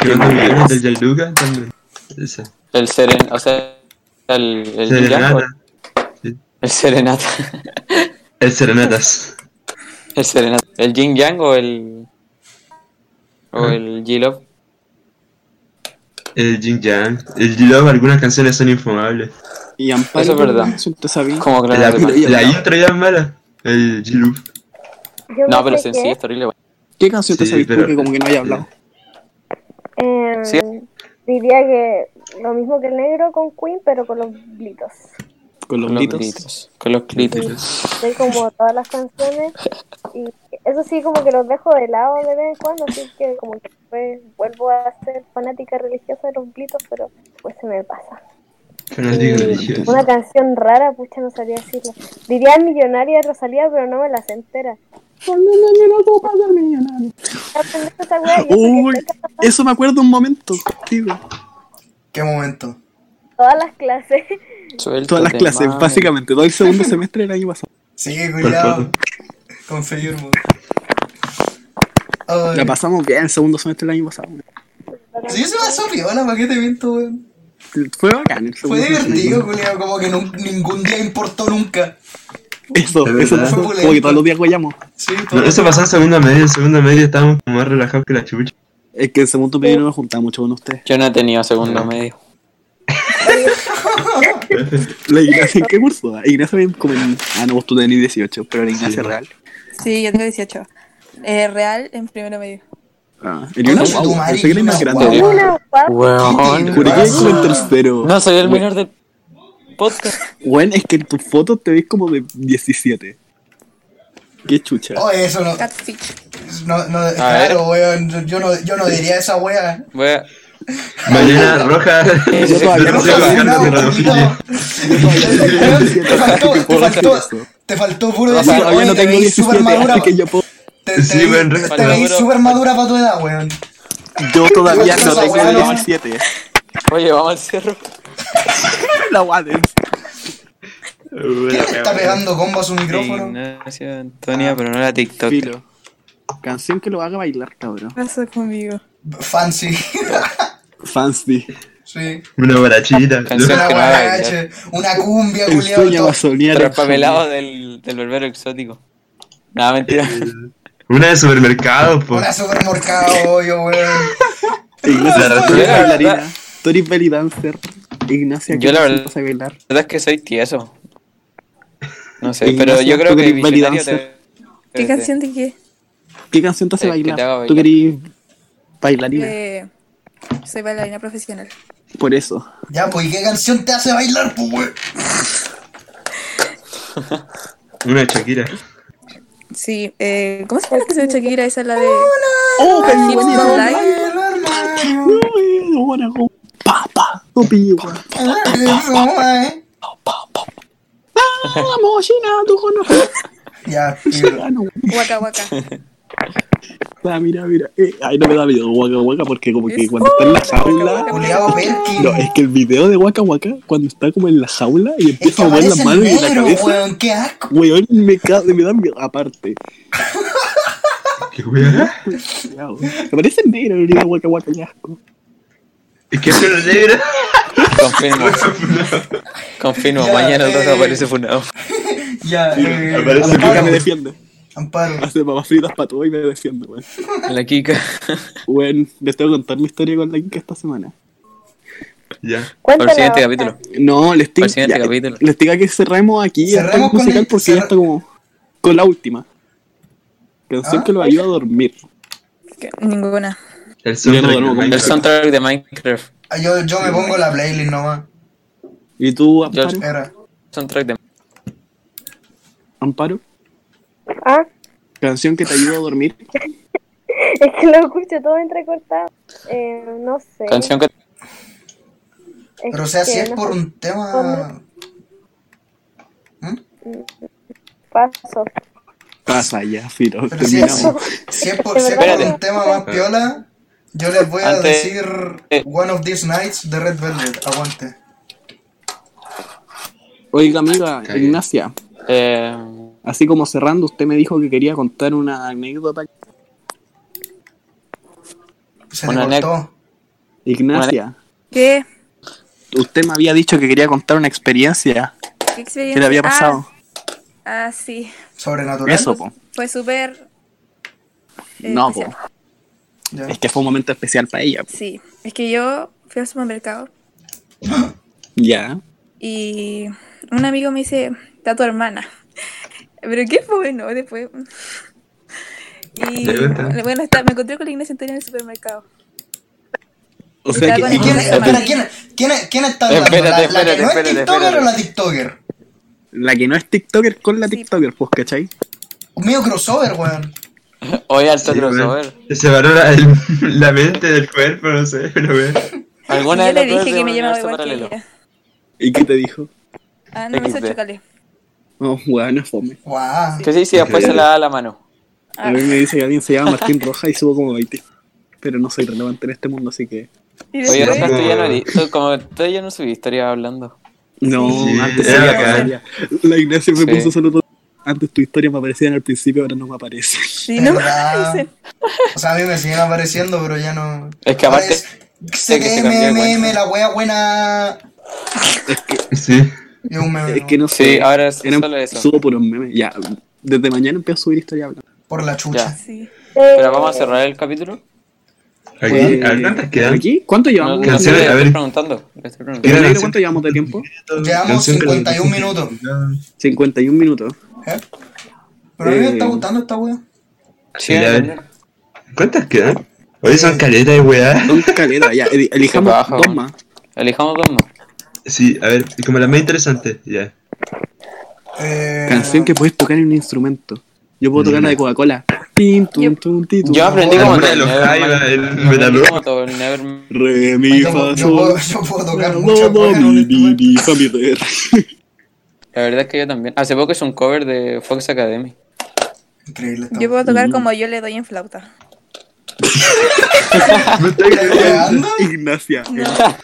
Speaker 4: Creo que vieron del Yailuca también. Ese.
Speaker 3: El seren, o sea, el, el
Speaker 4: Serenata.
Speaker 3: el serenata.
Speaker 4: El Serenatas.
Speaker 3: El serenata. El yin yang o el o
Speaker 4: Ajá.
Speaker 3: el G-Love.
Speaker 4: El Jin Yang. El G-Love, algunas canciones son infumables.
Speaker 2: Y Amparo,
Speaker 3: Eso es verdad.
Speaker 2: también, si ¿Te sabías?
Speaker 3: Como que
Speaker 4: La,
Speaker 3: no sé más.
Speaker 4: la intro ya es mala. El G-Love.
Speaker 6: Yo
Speaker 3: No,
Speaker 6: me
Speaker 3: pero
Speaker 6: sé
Speaker 3: en sí
Speaker 6: que,
Speaker 3: es terrible. bueno.
Speaker 2: ¿Qué canción te
Speaker 4: Sí,
Speaker 2: sabías tú
Speaker 4: pero-
Speaker 2: que como que no haya hablado?
Speaker 6: em,
Speaker 3: Sí.
Speaker 6: Diría que lo mismo que el negro con Queen, pero con los blitos.
Speaker 2: Con los
Speaker 3: Con los
Speaker 2: gritos.
Speaker 3: gritos. Con los gritos.
Speaker 6: Soy como todas las canciones. Y eso sí, como que los dejo de lado de vez en cuando. Así que, como que después vuelvo a ser fanática religiosa de los blitos, pero pues se me pasa.
Speaker 4: Fanático
Speaker 3: Eh,
Speaker 6: Sí,
Speaker 4: religioso.
Speaker 6: Una canción rara, pucha, no sabía decirla. Diría Millonaria de Rosalía, pero no me la sé entera. Aprendí esa wea y eso que
Speaker 2: Uy,
Speaker 6: estoy cantando
Speaker 2: eso me acuerdo un momento. Digo,
Speaker 1: Qué momento.
Speaker 6: Todas las clases.
Speaker 2: todas las
Speaker 3: Suéltate,
Speaker 2: clases,
Speaker 3: mami.
Speaker 2: básicamente. Todo el segundo semestre del año pasado.
Speaker 1: Sí, cuidado.
Speaker 4: favor.
Speaker 1: Confirmo.
Speaker 2: La pasamos bien el segundo semestre del año pasado.
Speaker 1: Si yo se pasó piola, ¿para qué te miento, weón?
Speaker 2: Fue bacán el segundo
Speaker 1: Fue
Speaker 2: semestre del año
Speaker 1: divertido, culiao, como que nun- ningún día importó nunca.
Speaker 2: Eso,
Speaker 4: Es
Speaker 2: eso
Speaker 4: verdad.
Speaker 2: pasó.
Speaker 1: Fue
Speaker 2: Como que todos los días guayamos.
Speaker 1: Sí,
Speaker 4: No,
Speaker 1: todo.
Speaker 4: eso pasó en segunda media. En segunda media estábamos como más relajados que la chucha.
Speaker 2: Es que en segundo medio no me juntaba mucho con ustedes.
Speaker 3: Yo no he tenido segundo medio.
Speaker 2: La Ignacia, ¿en qué curso? va? Ignacia, ven como en. Ah, no, vos tú tenés 18, pero la Ignacia
Speaker 4: Sí.
Speaker 2: real.
Speaker 5: Sí, yo tengo 18. Eh, real en primero medio.
Speaker 2: Ah, en una
Speaker 1: Coño, tu
Speaker 2: guagua.
Speaker 1: madre,
Speaker 2: Pensé que era
Speaker 1: una
Speaker 2: más grande.
Speaker 1: guagua.
Speaker 6: Una guapa.
Speaker 3: Weón.
Speaker 2: Juré que era como en tercero.
Speaker 3: No soy el menor del podcast.
Speaker 2: Bueno, es que en tus fotos te ves como de 17. Qué chucha.
Speaker 1: Oh, eso no.
Speaker 5: Catfish.
Speaker 1: no, no
Speaker 3: ver.
Speaker 1: claro, weón. yo- Yo no, yo no diría esa wea.
Speaker 3: Voy a-
Speaker 4: Mañana roja.
Speaker 2: Eh, Yo todavía no
Speaker 4: No
Speaker 1: Te
Speaker 4: sé,
Speaker 2: sabía.
Speaker 4: Ricardo,
Speaker 1: faltó- culiao. Te
Speaker 4: pero
Speaker 1: faltó- te
Speaker 2: puedo
Speaker 1: faltó-
Speaker 2: decir
Speaker 1: Te faltó puro
Speaker 2: Yo
Speaker 1: decir,
Speaker 2: todavía
Speaker 1: oye,
Speaker 2: no
Speaker 1: te
Speaker 2: tengo
Speaker 1: veis súper
Speaker 2: 17,
Speaker 1: madura.
Speaker 2: así que yo puedo.
Speaker 1: Te, te
Speaker 4: Sí,
Speaker 1: veis-
Speaker 4: weón,
Speaker 1: te
Speaker 4: faltó
Speaker 1: veis
Speaker 3: puro-
Speaker 1: súper madura para tu edad, weón.
Speaker 2: Yo todavía
Speaker 1: Esa
Speaker 2: no
Speaker 1: weá,
Speaker 2: tengo
Speaker 1: ¿no?
Speaker 2: 17.
Speaker 3: Oye, vamos al cierre.
Speaker 2: La guada.
Speaker 1: ¿Quién le está pegando combo a su micrófono? Ah,
Speaker 3: Ignacio, Antonia, pero no era TikTok.
Speaker 2: Filo. Canción que lo haga bailar, cabrón.
Speaker 5: ¿Qué pasó conmigo?
Speaker 1: Fancy.
Speaker 2: Fancy.
Speaker 1: Sí.
Speaker 4: Una barachita.
Speaker 3: Canción.
Speaker 1: Una
Speaker 3: que no
Speaker 1: guarache, una cumbia,
Speaker 2: El
Speaker 1: culiao.
Speaker 2: sueño
Speaker 1: todo.
Speaker 2: amazoniano.
Speaker 3: Traspapelado del, del barbero exótico. Nada, mentira.
Speaker 4: Una de supermercado, po.
Speaker 1: Una supermercado, hoyo, weón.
Speaker 2: E Ignacia,
Speaker 4: La
Speaker 2: tú eres
Speaker 3: verdad-
Speaker 2: bailarina. Tú eres belly dancer. E Ignacia,
Speaker 3: Yo la
Speaker 2: canción
Speaker 3: verdad-
Speaker 2: vas a bailar?
Speaker 3: La verdad es que soy tieso. No sé,
Speaker 2: Ignacio,
Speaker 3: pero yo creo
Speaker 2: ¿tú
Speaker 3: que
Speaker 2: querés
Speaker 3: Visionario
Speaker 2: belly
Speaker 3: te...
Speaker 5: ¿Qué
Speaker 3: te-
Speaker 5: canción de qué?
Speaker 2: ¿Qué canción te hace
Speaker 3: Eh, que te
Speaker 2: bailar?
Speaker 3: haga
Speaker 2: Tú
Speaker 3: bailar.
Speaker 2: querés bailarina.
Speaker 5: Eh, soy bailarina profesional.
Speaker 2: Por eso.
Speaker 1: Ya, pues, ¿y qué canción te hace bailar, pues, weón?
Speaker 4: Una de Shakira.
Speaker 5: Sí, eh, ¿cómo se llama la canción de Shakira? Esa es la de
Speaker 2: ¡Oh, qué
Speaker 5: Hips Don't Lie.
Speaker 1: El armario,
Speaker 2: Papá, no pillo. Papá,
Speaker 1: el armario.
Speaker 2: papá. Ah, mochina, tú conoces.
Speaker 1: Ya,
Speaker 2: Ah,
Speaker 1: tío.
Speaker 2: no.
Speaker 5: Waka Waka.
Speaker 2: Ah, mira, mira. Eh, ay, no me da miedo Waka Waka porque como que cuando está en la jaula...
Speaker 1: Culeado Perky.
Speaker 2: No, es que el video de Waka Waka, cuando está como en la jaula y
Speaker 1: Es que
Speaker 2: empieza a mover
Speaker 1: aparece
Speaker 2: las
Speaker 1: el
Speaker 2: manos y la
Speaker 1: negro,
Speaker 2: cabeza,
Speaker 1: weón. Qué asco.
Speaker 2: weón, me, ca- me da miedo. Aparte.
Speaker 4: ¿Qué wea?
Speaker 2: Cuidado. Me parece negro el video de Waka Waka, qué asco.
Speaker 4: ¿Y ¿Qué es con negra?
Speaker 3: Confirmo, confirmo.
Speaker 1: Ya,
Speaker 3: Mañana
Speaker 1: eh.
Speaker 3: Rosa aparece funado.
Speaker 1: Ya, eh,
Speaker 4: aparece
Speaker 2: La Kika me
Speaker 1: Amparo.
Speaker 2: defiende.
Speaker 1: Amparo.
Speaker 2: Hace papas fritas para todo y me defiende, weón.
Speaker 3: La Kika.
Speaker 2: Weón, les tengo que contar mi historia con la Kika esta semana.
Speaker 4: Ya.
Speaker 3: Para el
Speaker 6: Cuéntala.
Speaker 3: siguiente
Speaker 6: otra.
Speaker 3: capítulo.
Speaker 2: No, les tengo,
Speaker 3: Al siguiente
Speaker 2: ya, eh,
Speaker 3: capítulo.
Speaker 2: les tengo que cerremos aquí
Speaker 1: Cerremos
Speaker 2: el
Speaker 1: con
Speaker 2: musical
Speaker 1: el-
Speaker 2: porque
Speaker 1: cerra-
Speaker 2: ya está como con la última. Canción
Speaker 1: Ah.
Speaker 2: que lo ayuda a dormir.
Speaker 5: Que- Ninguna.
Speaker 4: El
Speaker 2: Yo no duermo con
Speaker 3: El
Speaker 4: soundtrack.
Speaker 3: soundtrack de Minecraft.
Speaker 1: Ah, Yo, yo me pongo la playlist nomás.
Speaker 2: ¿Y tú,
Speaker 3: Yo-
Speaker 2: Amparo?
Speaker 1: Era.
Speaker 3: Soundtrack de
Speaker 2: Amparo,
Speaker 6: Ah,
Speaker 2: Canción que te ayuda a dormir.
Speaker 6: es que lo escucho todo entrecortado. Eh, no sé.
Speaker 3: Canción que
Speaker 6: Es
Speaker 1: Pero o sea, si
Speaker 6: que
Speaker 1: es
Speaker 6: no
Speaker 1: por
Speaker 6: sé,
Speaker 1: un tema. ¿Mm?
Speaker 6: paso.
Speaker 2: Pasa ya, Firo.
Speaker 1: Pero si es,
Speaker 2: Terminamos.
Speaker 1: si es por, si es por
Speaker 3: Pues Espérate.
Speaker 1: un tema más piola, yo les voy a
Speaker 3: Antes- eh,
Speaker 1: decir One of These Nights de Red Velvet. Aguante.
Speaker 2: Oiga, amiga,
Speaker 4: Cagué.
Speaker 2: Ignacia.
Speaker 3: Eh,
Speaker 2: Así como cerrando, usted me dijo que quería contar una anécdota.
Speaker 1: Se le
Speaker 3: Una
Speaker 1: cortó.
Speaker 3: anécdota.
Speaker 2: Ignacia,
Speaker 5: ¿Qué?
Speaker 2: usted me había dicho que quería contar una experiencia
Speaker 5: ¿Qué
Speaker 2: que
Speaker 5: experiencia?
Speaker 2: le había pasado.
Speaker 5: Ah, ah, sí.
Speaker 1: Sobrenatural.
Speaker 2: Eso, po.
Speaker 5: Fue súper. eh,
Speaker 2: No, po.
Speaker 5: especial.
Speaker 1: Ya.
Speaker 2: Es que fue un momento especial para ella. po.
Speaker 5: Sí. Es que yo fui al supermercado
Speaker 2: Ya.
Speaker 5: y un amigo me dice: Está tu hermana. Pero qué bueno, después. Y
Speaker 4: Ya, ya está.
Speaker 5: bueno, está, me encontré con la Ignacia Antonia en el supermercado.
Speaker 2: O sea
Speaker 5: Está con
Speaker 1: ¿Y
Speaker 2: que.
Speaker 5: el-
Speaker 1: quién,
Speaker 5: Espérate.
Speaker 1: espera, ¿quién, quién, quién está hablando?
Speaker 3: Espérate,
Speaker 1: ¿La- la,
Speaker 3: espérate,
Speaker 1: que no es
Speaker 3: espérate,
Speaker 1: TikToker
Speaker 3: espérate.
Speaker 1: o la TikToker?
Speaker 2: La que no es TikToker con la
Speaker 5: Sí.
Speaker 2: TikToker, pues, ¿cachai?
Speaker 1: Medio crossover, weón.
Speaker 3: Oye, alto
Speaker 4: Sí,
Speaker 3: crossover.
Speaker 4: weón. Se separó la, el- la mente del cuerpo, no sé, pero weón.
Speaker 5: Y
Speaker 3: Alguna
Speaker 5: yo
Speaker 3: de
Speaker 5: le
Speaker 3: las dos
Speaker 5: dije
Speaker 3: de
Speaker 5: que me
Speaker 3: un
Speaker 5: llamaba
Speaker 3: universo
Speaker 5: igual que
Speaker 3: paralelo.
Speaker 5: ella.
Speaker 2: ¿Y qué te dijo?
Speaker 5: Ah, no, eso
Speaker 3: XD.
Speaker 5: chocale.
Speaker 2: No, weón, es fome.
Speaker 1: Guau.
Speaker 3: Que sí, sí, después se la da la mano.
Speaker 5: Ah,
Speaker 2: A mí me dice que alguien se llama Martín Roja y subo como 20. Pero no soy relevante en este mundo, así que.
Speaker 5: y
Speaker 3: Oye,
Speaker 5: después,
Speaker 3: Rojas, tú ya no
Speaker 4: Sí.
Speaker 3: eres- tú- Como tú ya no subí historias hablando.
Speaker 2: No,
Speaker 4: Sí,
Speaker 2: antes
Speaker 4: era
Speaker 2: era
Speaker 4: bacán.
Speaker 2: la, la iglesia me
Speaker 3: Sí.
Speaker 2: puso solo todo. Antes tu historia me aparecía en el principio, ahora no me aparece.
Speaker 5: sí, no,
Speaker 1: ¿Verdad?
Speaker 5: dicen,
Speaker 1: O sea, a mí me siguen apareciendo, pero ya no.
Speaker 3: Es que aparte-
Speaker 1: Sé
Speaker 3: es que se
Speaker 1: que
Speaker 3: cambió de
Speaker 1: MMM,
Speaker 3: cuenta.
Speaker 1: la wea buena.
Speaker 4: Sí.
Speaker 1: Es un meme.
Speaker 2: Es que no sé.
Speaker 3: Sí, ahora es
Speaker 2: eran-
Speaker 3: solo eso.
Speaker 2: Subo puros memes. Ya, desde mañana empiezo a subir historia hablando.
Speaker 1: Por la chucha.
Speaker 5: sí.
Speaker 3: Pero vamos a
Speaker 6: Eh,
Speaker 3: cerrar el capítulo.
Speaker 4: Aquí,
Speaker 2: Pues,
Speaker 4: a ver cuántas quedan.
Speaker 2: ¿Aquí? ¿Cuánto
Speaker 3: No,
Speaker 2: llevamos?
Speaker 3: no sé,
Speaker 4: Canciones,
Speaker 3: le
Speaker 4: a
Speaker 3: estoy
Speaker 4: ver.
Speaker 3: preguntando. le estoy
Speaker 2: Pero,
Speaker 3: preguntando.
Speaker 4: Quedan
Speaker 2: negro, ¿Cuánto llevamos de tiempo?
Speaker 1: Llevamos
Speaker 4: Canción que la-
Speaker 1: 51 minutos.
Speaker 2: 51 minutos.
Speaker 1: ¿eh? Pero a mí me
Speaker 2: Eh.
Speaker 1: está gustando esta wea.
Speaker 3: Sí,
Speaker 4: Ya,
Speaker 3: ya,
Speaker 4: ya. ¿Cuántas quedan? Oye, son caletas ¿ah? de weá.
Speaker 2: Son caletas, ya. eli- Elijamos
Speaker 3: Qué baja,
Speaker 2: dos
Speaker 3: man.
Speaker 2: más.
Speaker 3: Elijamos dos más.
Speaker 4: Sí, a ver, y como las más interesantes, ya.
Speaker 1: Eh,
Speaker 2: Canción que puedes tocar en un instrumento. Yo puedo tocar la de Coca-Cola. Tin, tun, tun, ti, tun.
Speaker 3: Yo aprendí como
Speaker 4: Alguna
Speaker 3: todo
Speaker 4: de
Speaker 3: el
Speaker 4: los
Speaker 3: Nevermind.
Speaker 4: Jaiba, el
Speaker 3: Yo aprendí
Speaker 4: Metalurg.
Speaker 3: como todo el Nevermind.
Speaker 2: Re, mi,
Speaker 1: Yo,
Speaker 2: fa,
Speaker 1: puedo- yo
Speaker 2: sol.
Speaker 1: puedo, yo puedo tocar
Speaker 2: No,
Speaker 1: muchas
Speaker 2: no,
Speaker 1: weas en un
Speaker 2: mi, mi,
Speaker 1: instrumento.
Speaker 2: mi, fa, mi, re.
Speaker 3: La verdad es que yo también. Hace poco hice un cover de Fox Academy.
Speaker 1: Increíble esta
Speaker 5: Yo
Speaker 1: wea.
Speaker 5: puedo tocar como yo le doy en flauta.
Speaker 4: Me estoy
Speaker 1: ¿Estás cagando?
Speaker 2: Ignacia.
Speaker 5: No.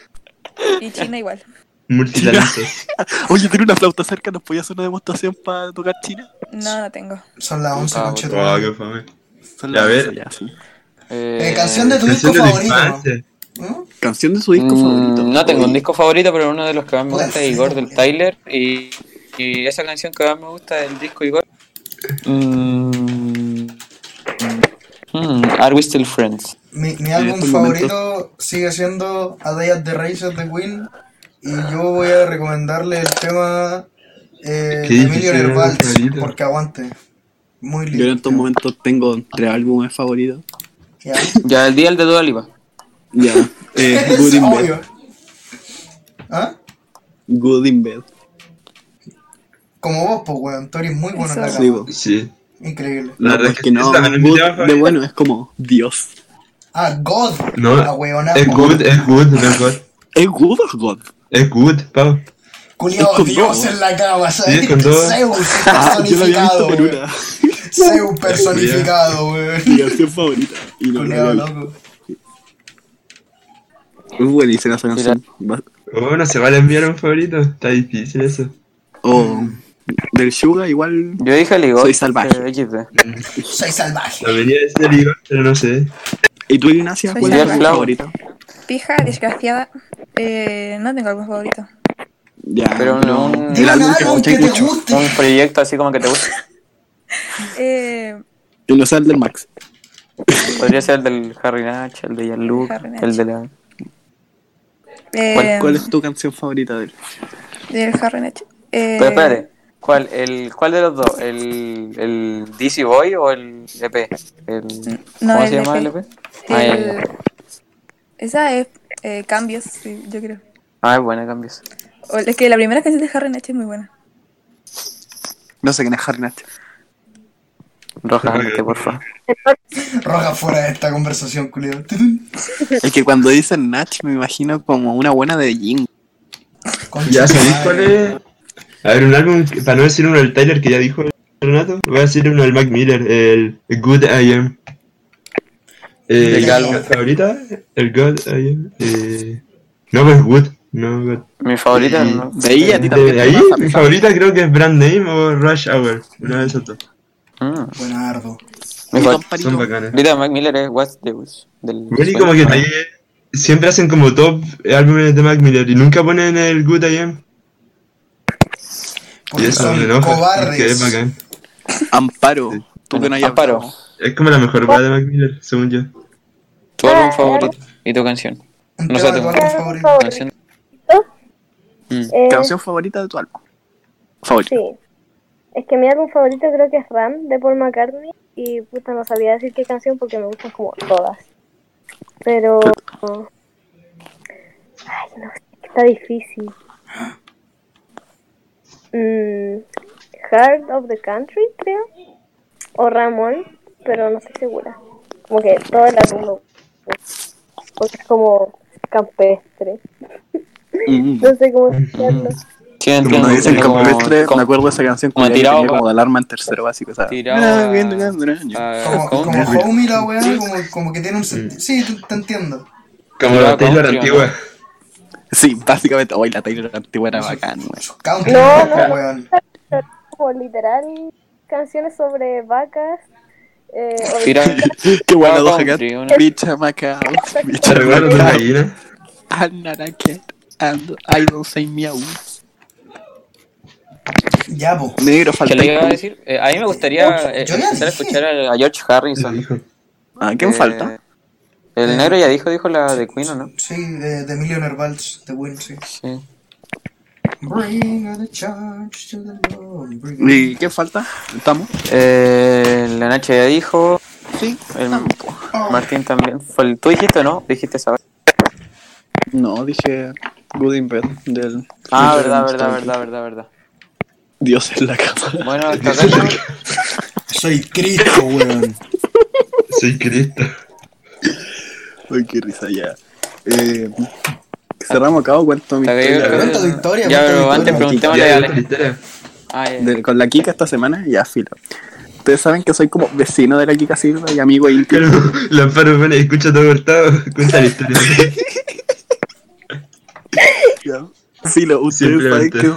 Speaker 5: Y China igual.
Speaker 4: Multitalentos.
Speaker 2: Oye, tiene una flauta cerca, ¿nos podía hacer una demostración para tocar China?
Speaker 5: No, no tengo.
Speaker 1: Son las 11,
Speaker 3: Ah,
Speaker 1: conchetumare.
Speaker 4: Wow, qué fame.
Speaker 2: Son
Speaker 4: Ya, a
Speaker 2: las
Speaker 4: ver.
Speaker 2: ya, sí.
Speaker 1: Eh, canción de tu disco
Speaker 4: Canción de tu
Speaker 1: favorito.
Speaker 4: infancia.
Speaker 1: ¿no?
Speaker 2: Canción de su disco
Speaker 3: Mm,
Speaker 2: favorito.
Speaker 3: No tengo un
Speaker 2: Oye,
Speaker 3: disco favorito, pero uno de los que más me
Speaker 1: Puta,
Speaker 3: gusta
Speaker 1: sí,
Speaker 3: es Igor del
Speaker 1: güey.
Speaker 3: Tyler. Y, y esa canción que más me gusta del disco Igor. Mm, mm, Are We Still Friends?
Speaker 1: Mi, mi
Speaker 2: En
Speaker 1: álbum
Speaker 2: estos
Speaker 1: favorito sigue siendo A Day at the Races de Queen. Y yo voy a recomendarle el tema eh,
Speaker 4: Qué
Speaker 1: de
Speaker 4: difícil
Speaker 1: Millionaire
Speaker 4: era
Speaker 1: Waltz,
Speaker 4: favorito.
Speaker 1: porque aguante. Muy lindo.
Speaker 2: Yo en estos momentos tengo tres álbumes favoritos.
Speaker 1: Ya.
Speaker 3: Ya, el día el de Dua Lipa.
Speaker 2: Ya. Eh,
Speaker 1: Es
Speaker 2: Good in Bed.
Speaker 1: obvio. ¿Ah?
Speaker 2: Good in Bed.
Speaker 1: Como vos, pues, weón. Tú eres muy bueno en la
Speaker 5: Eso.
Speaker 1: cama.
Speaker 2: Sí, bo.
Speaker 4: Sí.
Speaker 1: Increíble.
Speaker 4: La
Speaker 2: No,
Speaker 4: verdad
Speaker 2: pues
Speaker 4: es
Speaker 2: que no.
Speaker 4: esa no es mi
Speaker 2: Good
Speaker 4: tema
Speaker 2: de
Speaker 4: favorito.
Speaker 2: bueno es como Dios.
Speaker 1: Ah, God.
Speaker 4: No,
Speaker 1: La weona.
Speaker 4: Es good, es good, no es god.
Speaker 2: ¿Es good o God?
Speaker 4: Es good, Pau.
Speaker 1: Culiao
Speaker 2: es con
Speaker 1: Dios
Speaker 2: dos.
Speaker 1: en la cama,
Speaker 4: Sí,
Speaker 1: ¿sabes?
Speaker 4: es con dos.
Speaker 1: Zeus
Speaker 2: Ah, yo la había
Speaker 1: personificado,
Speaker 2: visto en
Speaker 1: weón.
Speaker 2: una.
Speaker 1: Zeus personificado, weón.
Speaker 2: Mi canción favorita. Y no la
Speaker 1: Culiao
Speaker 2: había visto.
Speaker 1: loco.
Speaker 2: Es buenísima esa canción. Va-
Speaker 4: Oh, no se vale enviar un favorito. Está difícil eso.
Speaker 2: O del Suga igual.
Speaker 3: Yo dije el Igor.
Speaker 2: Soy salvaje.
Speaker 3: eh, XD.
Speaker 1: Soy salvaje.
Speaker 4: Debería decir el Igor, pero no sé.
Speaker 2: ¿Y tú, Ignacia?
Speaker 5: Soy
Speaker 2: ¿Cuál es tu
Speaker 5: Salvaje.
Speaker 2: canción favorita?
Speaker 5: Pija, desgraciada. Eh, no tengo algo favorito.
Speaker 2: Ya.
Speaker 3: Pero no, un,
Speaker 1: Dime un
Speaker 2: álbum que
Speaker 1: álbum que te
Speaker 2: escucháis mucho.
Speaker 1: guste.
Speaker 4: Ah.
Speaker 3: un proyecto así como que te gusta.
Speaker 5: Eh,
Speaker 2: Y no sea el del Max.
Speaker 3: Podría ser el del Harry Natch, el de Yaluk,
Speaker 5: Harry Natch.
Speaker 3: el de la.
Speaker 5: eh,
Speaker 2: ¿Cuál, cuál es tu canción favorita de él?
Speaker 5: Del Harry Natch. Eh,
Speaker 3: Pero espérate, ¿cuál, el, cuál de los dos? ¿El, el DC Boy o el EP? El,
Speaker 5: no,
Speaker 3: ¿Cómo
Speaker 5: el E
Speaker 3: se llama el
Speaker 5: EP.
Speaker 3: EP? Ah, ya,
Speaker 5: el-
Speaker 3: ya.
Speaker 5: esa es eh, Cambios, sí, yo creo.
Speaker 3: Ah, bueno, cambios.
Speaker 5: O- es que la primera canción de Harry Natch es muy buena.
Speaker 2: No sé quién es Harry Natch.
Speaker 3: Roja, ándate, porfa.
Speaker 1: Roja fuera de esta conversación, culiao.
Speaker 2: Es que cuando dicen Natch me imagino como una buena de Jing.
Speaker 1: Concha
Speaker 4: Ya
Speaker 1: tu
Speaker 4: sabéis
Speaker 1: madre.
Speaker 4: cuál es. A ver, un álbum, que- para no decir uno del Tyler que ya dijo Renato, voy a decir uno del Mac Miller, el Good I Am. Eh,
Speaker 1: ¿De qué álbum?
Speaker 4: ¿Favorita? El Good I Am. Eh, no, pues Good. No, God.
Speaker 3: Mi favorita,
Speaker 4: Y-
Speaker 3: ¿no? Mm. De ahí a ti también.
Speaker 4: De
Speaker 3: te
Speaker 4: ahí,
Speaker 3: vas a
Speaker 4: mi
Speaker 3: pesar.
Speaker 4: favorita creo que es Brand Name o Rush Hour. Una de esas dos.
Speaker 3: Mm.
Speaker 1: Buenardo.
Speaker 3: Mi
Speaker 2: Mi
Speaker 3: favorita
Speaker 4: Son
Speaker 2: compadrito.
Speaker 4: bacanas.
Speaker 3: de Mac Miller es What's the Wish. Del,
Speaker 4: Bueno, y como que ahí, eh, siempre hacen como top álbumes de Mac Miller y nunca ponen el Good I Am. Y
Speaker 1: Porque
Speaker 4: eso
Speaker 1: son
Speaker 4: me enoja. Porque es
Speaker 1: cobardes.
Speaker 4: bacán.
Speaker 2: Amparo. Tú que no hayas
Speaker 3: Amparo,
Speaker 2: hablado.
Speaker 4: Es como la mejor banda de Mac Miller, según yo.
Speaker 3: tu álbum
Speaker 1: Ah.
Speaker 3: favorito y tu canción.
Speaker 1: Un
Speaker 3: No
Speaker 1: tema
Speaker 3: sé
Speaker 1: de
Speaker 3: tú.
Speaker 1: tu álbum
Speaker 6: Claro,
Speaker 1: favorito.
Speaker 6: por
Speaker 3: canción. Mm.
Speaker 6: Eh,
Speaker 2: Canción favorita de tu álbum. Favorito.
Speaker 6: sí. Es que mi álbum favorito creo que es Ram de Paul McCartney y puta no sabía decir qué canción porque me gustan como todas. Pero ay no sé, está difícil. Mm, Heart of the Country creo o Ramón, pero no estoy segura. Como que todo el álbum me gusta. porque es como campestre.
Speaker 2: Mm.
Speaker 6: No sé cómo explicarlo.
Speaker 3: Sí, entiendo.
Speaker 4: Como
Speaker 2: No,
Speaker 4: dice
Speaker 2: en
Speaker 4: el
Speaker 3: como-
Speaker 2: Campestre,
Speaker 3: como-
Speaker 2: me acuerdo de esa canción
Speaker 3: como
Speaker 2: culiá que
Speaker 3: tirado
Speaker 2: tenía
Speaker 3: pa-
Speaker 2: como de alarma en tercero básico, ¿sabes?
Speaker 3: Tirado
Speaker 2: Ah,
Speaker 3: a-
Speaker 2: viendo, viendo, viendo.
Speaker 3: a-
Speaker 1: Como, como
Speaker 3: country.
Speaker 1: homie la weá, como, como que tiene un
Speaker 4: Mm.
Speaker 1: sentido. Sí, te, te entiendo.
Speaker 4: Como
Speaker 3: Claro,
Speaker 4: la Taylor
Speaker 3: country,
Speaker 4: antigua.
Speaker 2: Sí, básicamente. Hoy la Taylor antigua era bacán, güey.
Speaker 1: Country,
Speaker 6: No, no.
Speaker 1: weón.
Speaker 6: como literal canciones sobre vacas. Eh, o-
Speaker 3: Tira-
Speaker 2: Qué buena
Speaker 3: Era
Speaker 2: dos acá.
Speaker 3: country, una-
Speaker 2: Bicha Macao. Bicha
Speaker 4: ¿Te recuerdas de
Speaker 2: Macao.
Speaker 4: gallina?
Speaker 2: I'm not a cat. And I don't say meow.
Speaker 1: Ya, po.
Speaker 2: Negro
Speaker 3: ¿Qué le iba a
Speaker 2: falta.
Speaker 3: decir? Eh, a mí me gustaría eh,
Speaker 1: Yo ya
Speaker 3: intentar
Speaker 1: dije.
Speaker 3: escuchar a, a George Harrison.
Speaker 4: Dijo.
Speaker 2: Ah, ¿Quién
Speaker 3: Eh,
Speaker 2: falta?
Speaker 3: El negro ya dijo, dijo la de Queen, ¿o no?
Speaker 1: Sí, de, de Emilio Nervals, de Win, sí.
Speaker 3: Sí.
Speaker 1: Bring the charge to the Lord. bring it.
Speaker 2: ¿Y qué falta? ¿Estamos?
Speaker 3: Eh, la Nacha ya dijo.
Speaker 2: Sí.
Speaker 3: El
Speaker 2: estamos.
Speaker 3: Martín también. Fal- ¿Tú dijiste o no? Dijiste saber.
Speaker 2: No, dije Good in Bed del.
Speaker 3: Ah,
Speaker 2: del-
Speaker 3: verdad, verdad, verdad, verdad, verdad.
Speaker 2: Dios en la cama.
Speaker 3: Bueno, hasta acá ¿no?
Speaker 1: Soy Cristo, weón.
Speaker 4: Soy Cristo.
Speaker 2: Ay, qué risa ya. Eh, cerramos acá o cuento mi
Speaker 3: Hasta acá yo
Speaker 2: historia
Speaker 3: creo que-
Speaker 1: Cuenta tu historia,
Speaker 3: Ya,
Speaker 1: cuenta tu
Speaker 3: pero
Speaker 1: historia.
Speaker 3: antes preguntémosle
Speaker 4: Ya,
Speaker 3: a
Speaker 4: otra
Speaker 3: Alejandro.
Speaker 4: historia.
Speaker 3: Ah, ya.
Speaker 2: de- con la Kika esta semana? Ya, filo. Ustedes saben que soy como vecino de la Kika Silva y amigo íntimo.
Speaker 4: Pero la Amparo bueno, escucha todo cortado. Cuenta la historia.
Speaker 2: ya. Filo, ustedes saben
Speaker 4: Simplemente.
Speaker 2: que,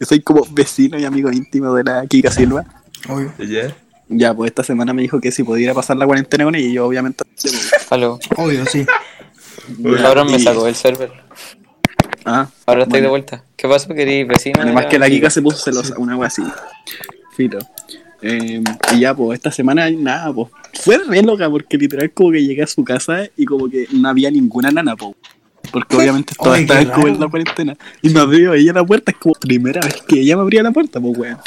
Speaker 2: que soy como vecino y amigo íntimo de la Kika Silva.
Speaker 1: Obvio.
Speaker 4: ¿Ya?
Speaker 2: Ya, pues esta semana me dijo que si pudiera pasar la cuarentena con ella y yo obviamente...
Speaker 3: Aló.
Speaker 1: Obvio, sí.
Speaker 3: Ahora me
Speaker 2: Y-
Speaker 3: sacó eh. el server.
Speaker 2: Ah,
Speaker 3: Ahora estoy
Speaker 2: bueno.
Speaker 3: de vuelta. ¿Qué pasó, querido vecino?
Speaker 2: Además que la Kika
Speaker 3: Kika
Speaker 2: se puso celosa, una wea así. Filo. Eh, y ya, pues, esta semana nada, pues. Fue re loca porque literal como que llegué a su casa y como que no había ninguna nana, po. Porque obviamente todas
Speaker 1: Oye, qué
Speaker 2: estaban como en
Speaker 1: raro.
Speaker 2: la cuarentena. Y me abrió ella la puerta, es como primera vez que ella me abría la puerta, pues weón.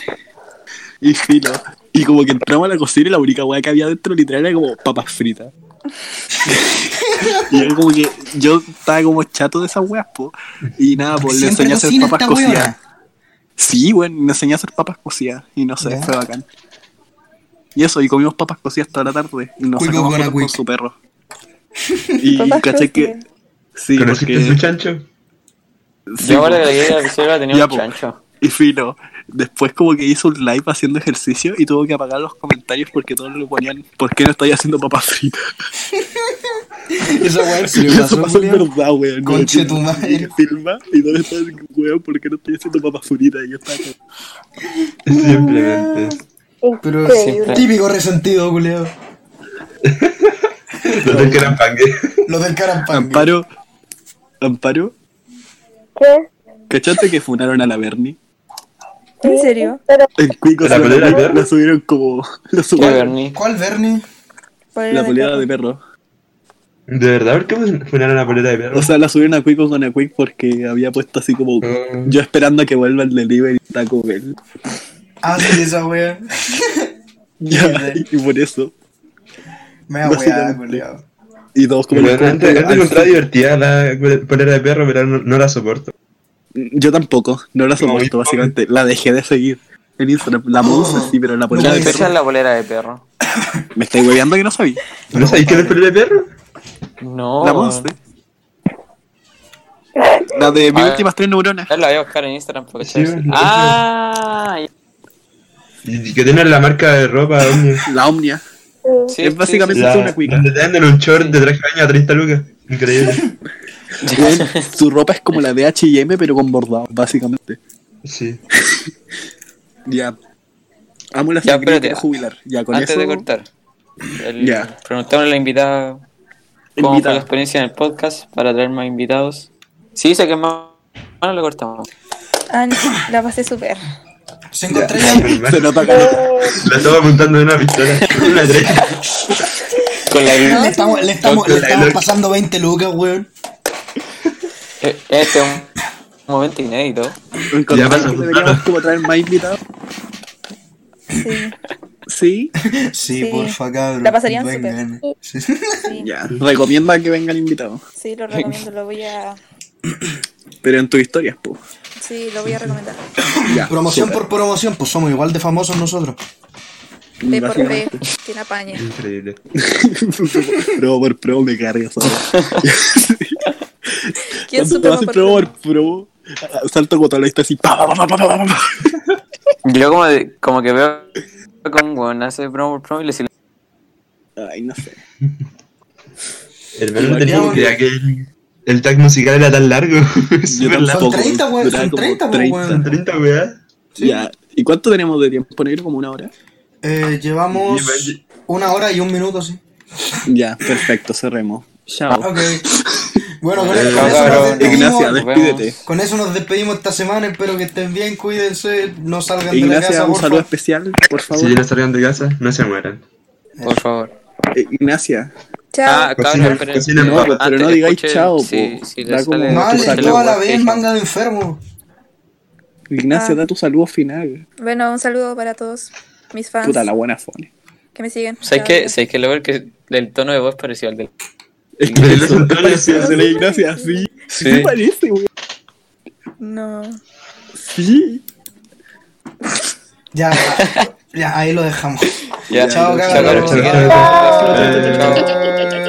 Speaker 2: Y filo. Y como que entramos a la cocina y la única weá que había dentro literal era como papas fritas. y yo como que yo estaba como chato de esas weas, po. Y nada, pues le
Speaker 1: Siempre
Speaker 2: enseñé a hacer
Speaker 1: cocina
Speaker 2: papas
Speaker 1: esta weona.
Speaker 2: cocidas. Sí, bueno, me enseñé a hacer papas cocidas y no sé,
Speaker 1: Ya.
Speaker 2: fue bacán. Y eso, y comimos papas cocidas toda la tarde y nos
Speaker 1: Quick
Speaker 2: sacamos
Speaker 1: gonna
Speaker 2: fotos con
Speaker 1: quick.
Speaker 2: su perro. Y
Speaker 6: Papas
Speaker 2: caché que...
Speaker 6: cocidas.
Speaker 2: Sí,
Speaker 4: ¿Conociste
Speaker 2: porque...
Speaker 4: su chancho?
Speaker 2: sí,
Speaker 3: Yo ahora
Speaker 2: po.
Speaker 3: que la Kika Silva tenía
Speaker 2: Ya,
Speaker 3: un
Speaker 2: po.
Speaker 3: chancho.
Speaker 2: Y filo, después como que hizo un live haciendo ejercicio y tuvo que apagar los comentarios porque todos le ponían ¿Por qué no estáis haciendo papas fritas?
Speaker 1: Esa weón se
Speaker 2: Y
Speaker 1: le
Speaker 2: eso
Speaker 1: pasó,
Speaker 2: pasó en
Speaker 1: Julián.
Speaker 2: verdad, weón.
Speaker 1: Conche
Speaker 2: Me
Speaker 1: tu
Speaker 2: metí
Speaker 1: madre.
Speaker 2: en Filma y todos estaban diciendo, weón, ¿por qué no estáis haciendo papas fritas? Y yo estaba como,
Speaker 4: Simplemente.
Speaker 1: Pero
Speaker 6: Increíble.
Speaker 1: típico resentido, culiado.
Speaker 4: Lo del que eran pangue.
Speaker 1: Lo del carampan.
Speaker 2: Amparo, Amparo,
Speaker 6: ¿Qué?
Speaker 2: ¿cachaste que funaron a la Bernie?
Speaker 5: ¿En
Speaker 2: Oh,
Speaker 5: serio?
Speaker 6: Pero
Speaker 2: En Cuico
Speaker 4: ¿La
Speaker 2: se
Speaker 4: polera de
Speaker 2: la,
Speaker 4: perro?
Speaker 2: la subieron como. La,
Speaker 3: Qué
Speaker 2: subieron,
Speaker 3: Bernie.
Speaker 1: ¿Cuál, Bernie?
Speaker 5: ¿Cuál era
Speaker 2: la
Speaker 5: de
Speaker 2: polera
Speaker 5: perro?
Speaker 2: de perro.
Speaker 4: ¿De verdad? ¿Por qué funaron la polera de perro?
Speaker 2: O sea, la subieron a Cuico con a Quick porque había puesto así como.
Speaker 4: Mm.
Speaker 2: Yo esperando a que vuelva el delivery Taco Bell.
Speaker 1: Ah, sí, esa wea.
Speaker 2: Ya, y por eso.
Speaker 1: Me da weá,
Speaker 2: Básicamente.
Speaker 1: culiado.
Speaker 2: Y todos como.
Speaker 4: Bueno,
Speaker 2: los
Speaker 4: antes, antes
Speaker 2: al-
Speaker 4: encontraba divertida la polera de perro, pero no, no la soporto.
Speaker 2: Yo tampoco, no la soporto,
Speaker 4: No,
Speaker 2: básicamente. La dejé de seguir en Instagram.
Speaker 3: Oh.
Speaker 2: La puse sí, pero la polera
Speaker 1: No,
Speaker 3: ¿Qué
Speaker 2: de
Speaker 1: esa-
Speaker 2: perro.
Speaker 3: es la bolera de perro?
Speaker 2: Me estáis hueveando que no sabía.
Speaker 4: ¿No sabéis qué es la polera de perro?
Speaker 3: No.
Speaker 2: La Monster. La de mis
Speaker 3: Ah.
Speaker 2: últimas tres neuronas.
Speaker 3: Ya la voy a buscar en Instagram porque
Speaker 4: Sí,
Speaker 3: chévere.
Speaker 4: sí.
Speaker 3: Ah, ya.
Speaker 4: Y que tienen la marca de ropa, Omnia.
Speaker 2: La Omnia.
Speaker 6: sí,
Speaker 3: Sí,
Speaker 2: Es básicamente-
Speaker 3: sí,
Speaker 2: Esa es
Speaker 4: La-
Speaker 2: una cuica.
Speaker 4: Donde te venden un short de traje de baño a 30 lucas. Increíble.
Speaker 2: Weón, su ropa es como la de HM, pero con bordado, básicamente.
Speaker 4: Sí.
Speaker 2: Ya. Amo la
Speaker 3: Ya,
Speaker 2: sangría
Speaker 3: espérate.
Speaker 2: que jubilar. Ya, con
Speaker 3: Antes
Speaker 2: eso.
Speaker 3: de cortar, el-
Speaker 2: Ya.
Speaker 3: preguntaron a la invitada cómo fue
Speaker 2: Invitada.
Speaker 3: la experiencia en el podcast para traer más invitados. Si dice que es malo, malo, lo cortamos.
Speaker 5: Ah, no, la pasé súper.
Speaker 1: Cinco estrellas.
Speaker 2: Se
Speaker 4: La
Speaker 2: nota caleta.
Speaker 4: estaba apuntando de una pistola. Una tres.
Speaker 3: Con la
Speaker 1: Le estamos, le estamos, le estamos pasando 20 lucas, weón.
Speaker 3: Eh, Este es un un momento inédito.
Speaker 2: Encontré
Speaker 4: Ya pasa,
Speaker 2: que deberíamos
Speaker 4: nada.
Speaker 2: como traer más invitados.
Speaker 5: Sí.
Speaker 2: Sí.
Speaker 1: Sí,
Speaker 5: Sí.
Speaker 1: porfa, cabrón.
Speaker 5: La pasarían
Speaker 1: Vengan. Sí.
Speaker 5: Sí,
Speaker 2: Ya. Recomienda que vengan invitados.
Speaker 5: sí, lo recomiendo, lo voy a.
Speaker 2: Pero en tus historias, po.
Speaker 5: Sí, lo voy a recomendar.
Speaker 2: Ya.
Speaker 1: Promoción
Speaker 2: súper.
Speaker 1: por promoción, pues somos igual de famosos nosotros.
Speaker 5: P por P,
Speaker 2: Básicamente.
Speaker 5: tiene apaña.
Speaker 4: Increíble.
Speaker 2: pro por pro me carga esa wea.
Speaker 5: ¿Quién
Speaker 2: Cuando
Speaker 5: supo
Speaker 2: hace pro por pro, salto con toda la lista así. pa, pa, pa, pa, pa, pa, pa.
Speaker 3: Yo como, de- como que veo con weón hace promo por promo y le silencio.
Speaker 2: Ay, no sé.
Speaker 4: El verano tenía que aquel. El tag musical era tan largo. Súper largo.
Speaker 1: Son 30, weón,
Speaker 2: duraba
Speaker 1: son
Speaker 2: como
Speaker 1: 30, po,
Speaker 2: 30.
Speaker 1: weón.
Speaker 4: 30 weá.
Speaker 2: Ya. ¿Y cuánto tenemos de tiempo negro? ¿Como una hora?
Speaker 1: Eh, llevamos
Speaker 4: Bien,
Speaker 1: una hora y un minuto, sí.
Speaker 2: Ya, perfecto, cerremos.
Speaker 3: Ah.
Speaker 2: Chao.
Speaker 1: Ok. Bueno, con,
Speaker 4: Eh,
Speaker 1: con eso nos
Speaker 3: cabrón.
Speaker 1: despedimos.
Speaker 2: Ignacia,
Speaker 3: nos vemos.
Speaker 2: despídete.
Speaker 1: Con eso nos despedimos esta semana. Espero que estén bien, cuídense, no salgan de la
Speaker 2: Ignacia,
Speaker 1: casa,
Speaker 2: un
Speaker 1: por
Speaker 2: saludo
Speaker 1: favor.
Speaker 2: especial, por favor.
Speaker 4: Si no salgan de casa, no se mueran.
Speaker 3: Por favor. Ah,
Speaker 2: Eh, Ignacia, Ah.
Speaker 5: Chao.
Speaker 4: Cocina- cocina
Speaker 2: no,
Speaker 4: Ah,
Speaker 2: pero
Speaker 3: antes
Speaker 2: no
Speaker 3: que
Speaker 2: digáis
Speaker 3: escuchen,
Speaker 2: chao,
Speaker 3: sí,
Speaker 2: po.
Speaker 3: sí,
Speaker 2: Da
Speaker 3: les
Speaker 2: como
Speaker 3: sale-
Speaker 2: tu
Speaker 1: No
Speaker 3: Dale,
Speaker 1: hables
Speaker 2: saludo.
Speaker 1: tú a la
Speaker 3: weón, que
Speaker 1: vez,
Speaker 3: dije.
Speaker 1: manga de enfermo.
Speaker 2: Ignacia,
Speaker 5: Ah.
Speaker 2: da tu saludo final.
Speaker 5: Bueno, un saludo para todos mis fans
Speaker 2: Puta, la buena fone.
Speaker 5: que me siguen.
Speaker 3: ¿Sabes
Speaker 5: Chao,
Speaker 3: qué?
Speaker 5: chao.
Speaker 3: ¿Sabes qué? Lo peor que el tono de voz pareció al del...
Speaker 2: Es
Speaker 4: Pero
Speaker 2: eso,
Speaker 4: los anteojos-
Speaker 2: parece el de la Ignacia, sí. Sí,
Speaker 3: Sí.
Speaker 2: parece, güey.
Speaker 5: No.
Speaker 2: Sí.
Speaker 1: Ya, ya, ahí lo dejamos.
Speaker 3: Ya.
Speaker 1: Chao,
Speaker 3: Chao,
Speaker 1: cabrón.
Speaker 3: cabros.
Speaker 4: Chao.
Speaker 3: Chao.
Speaker 1: Chao.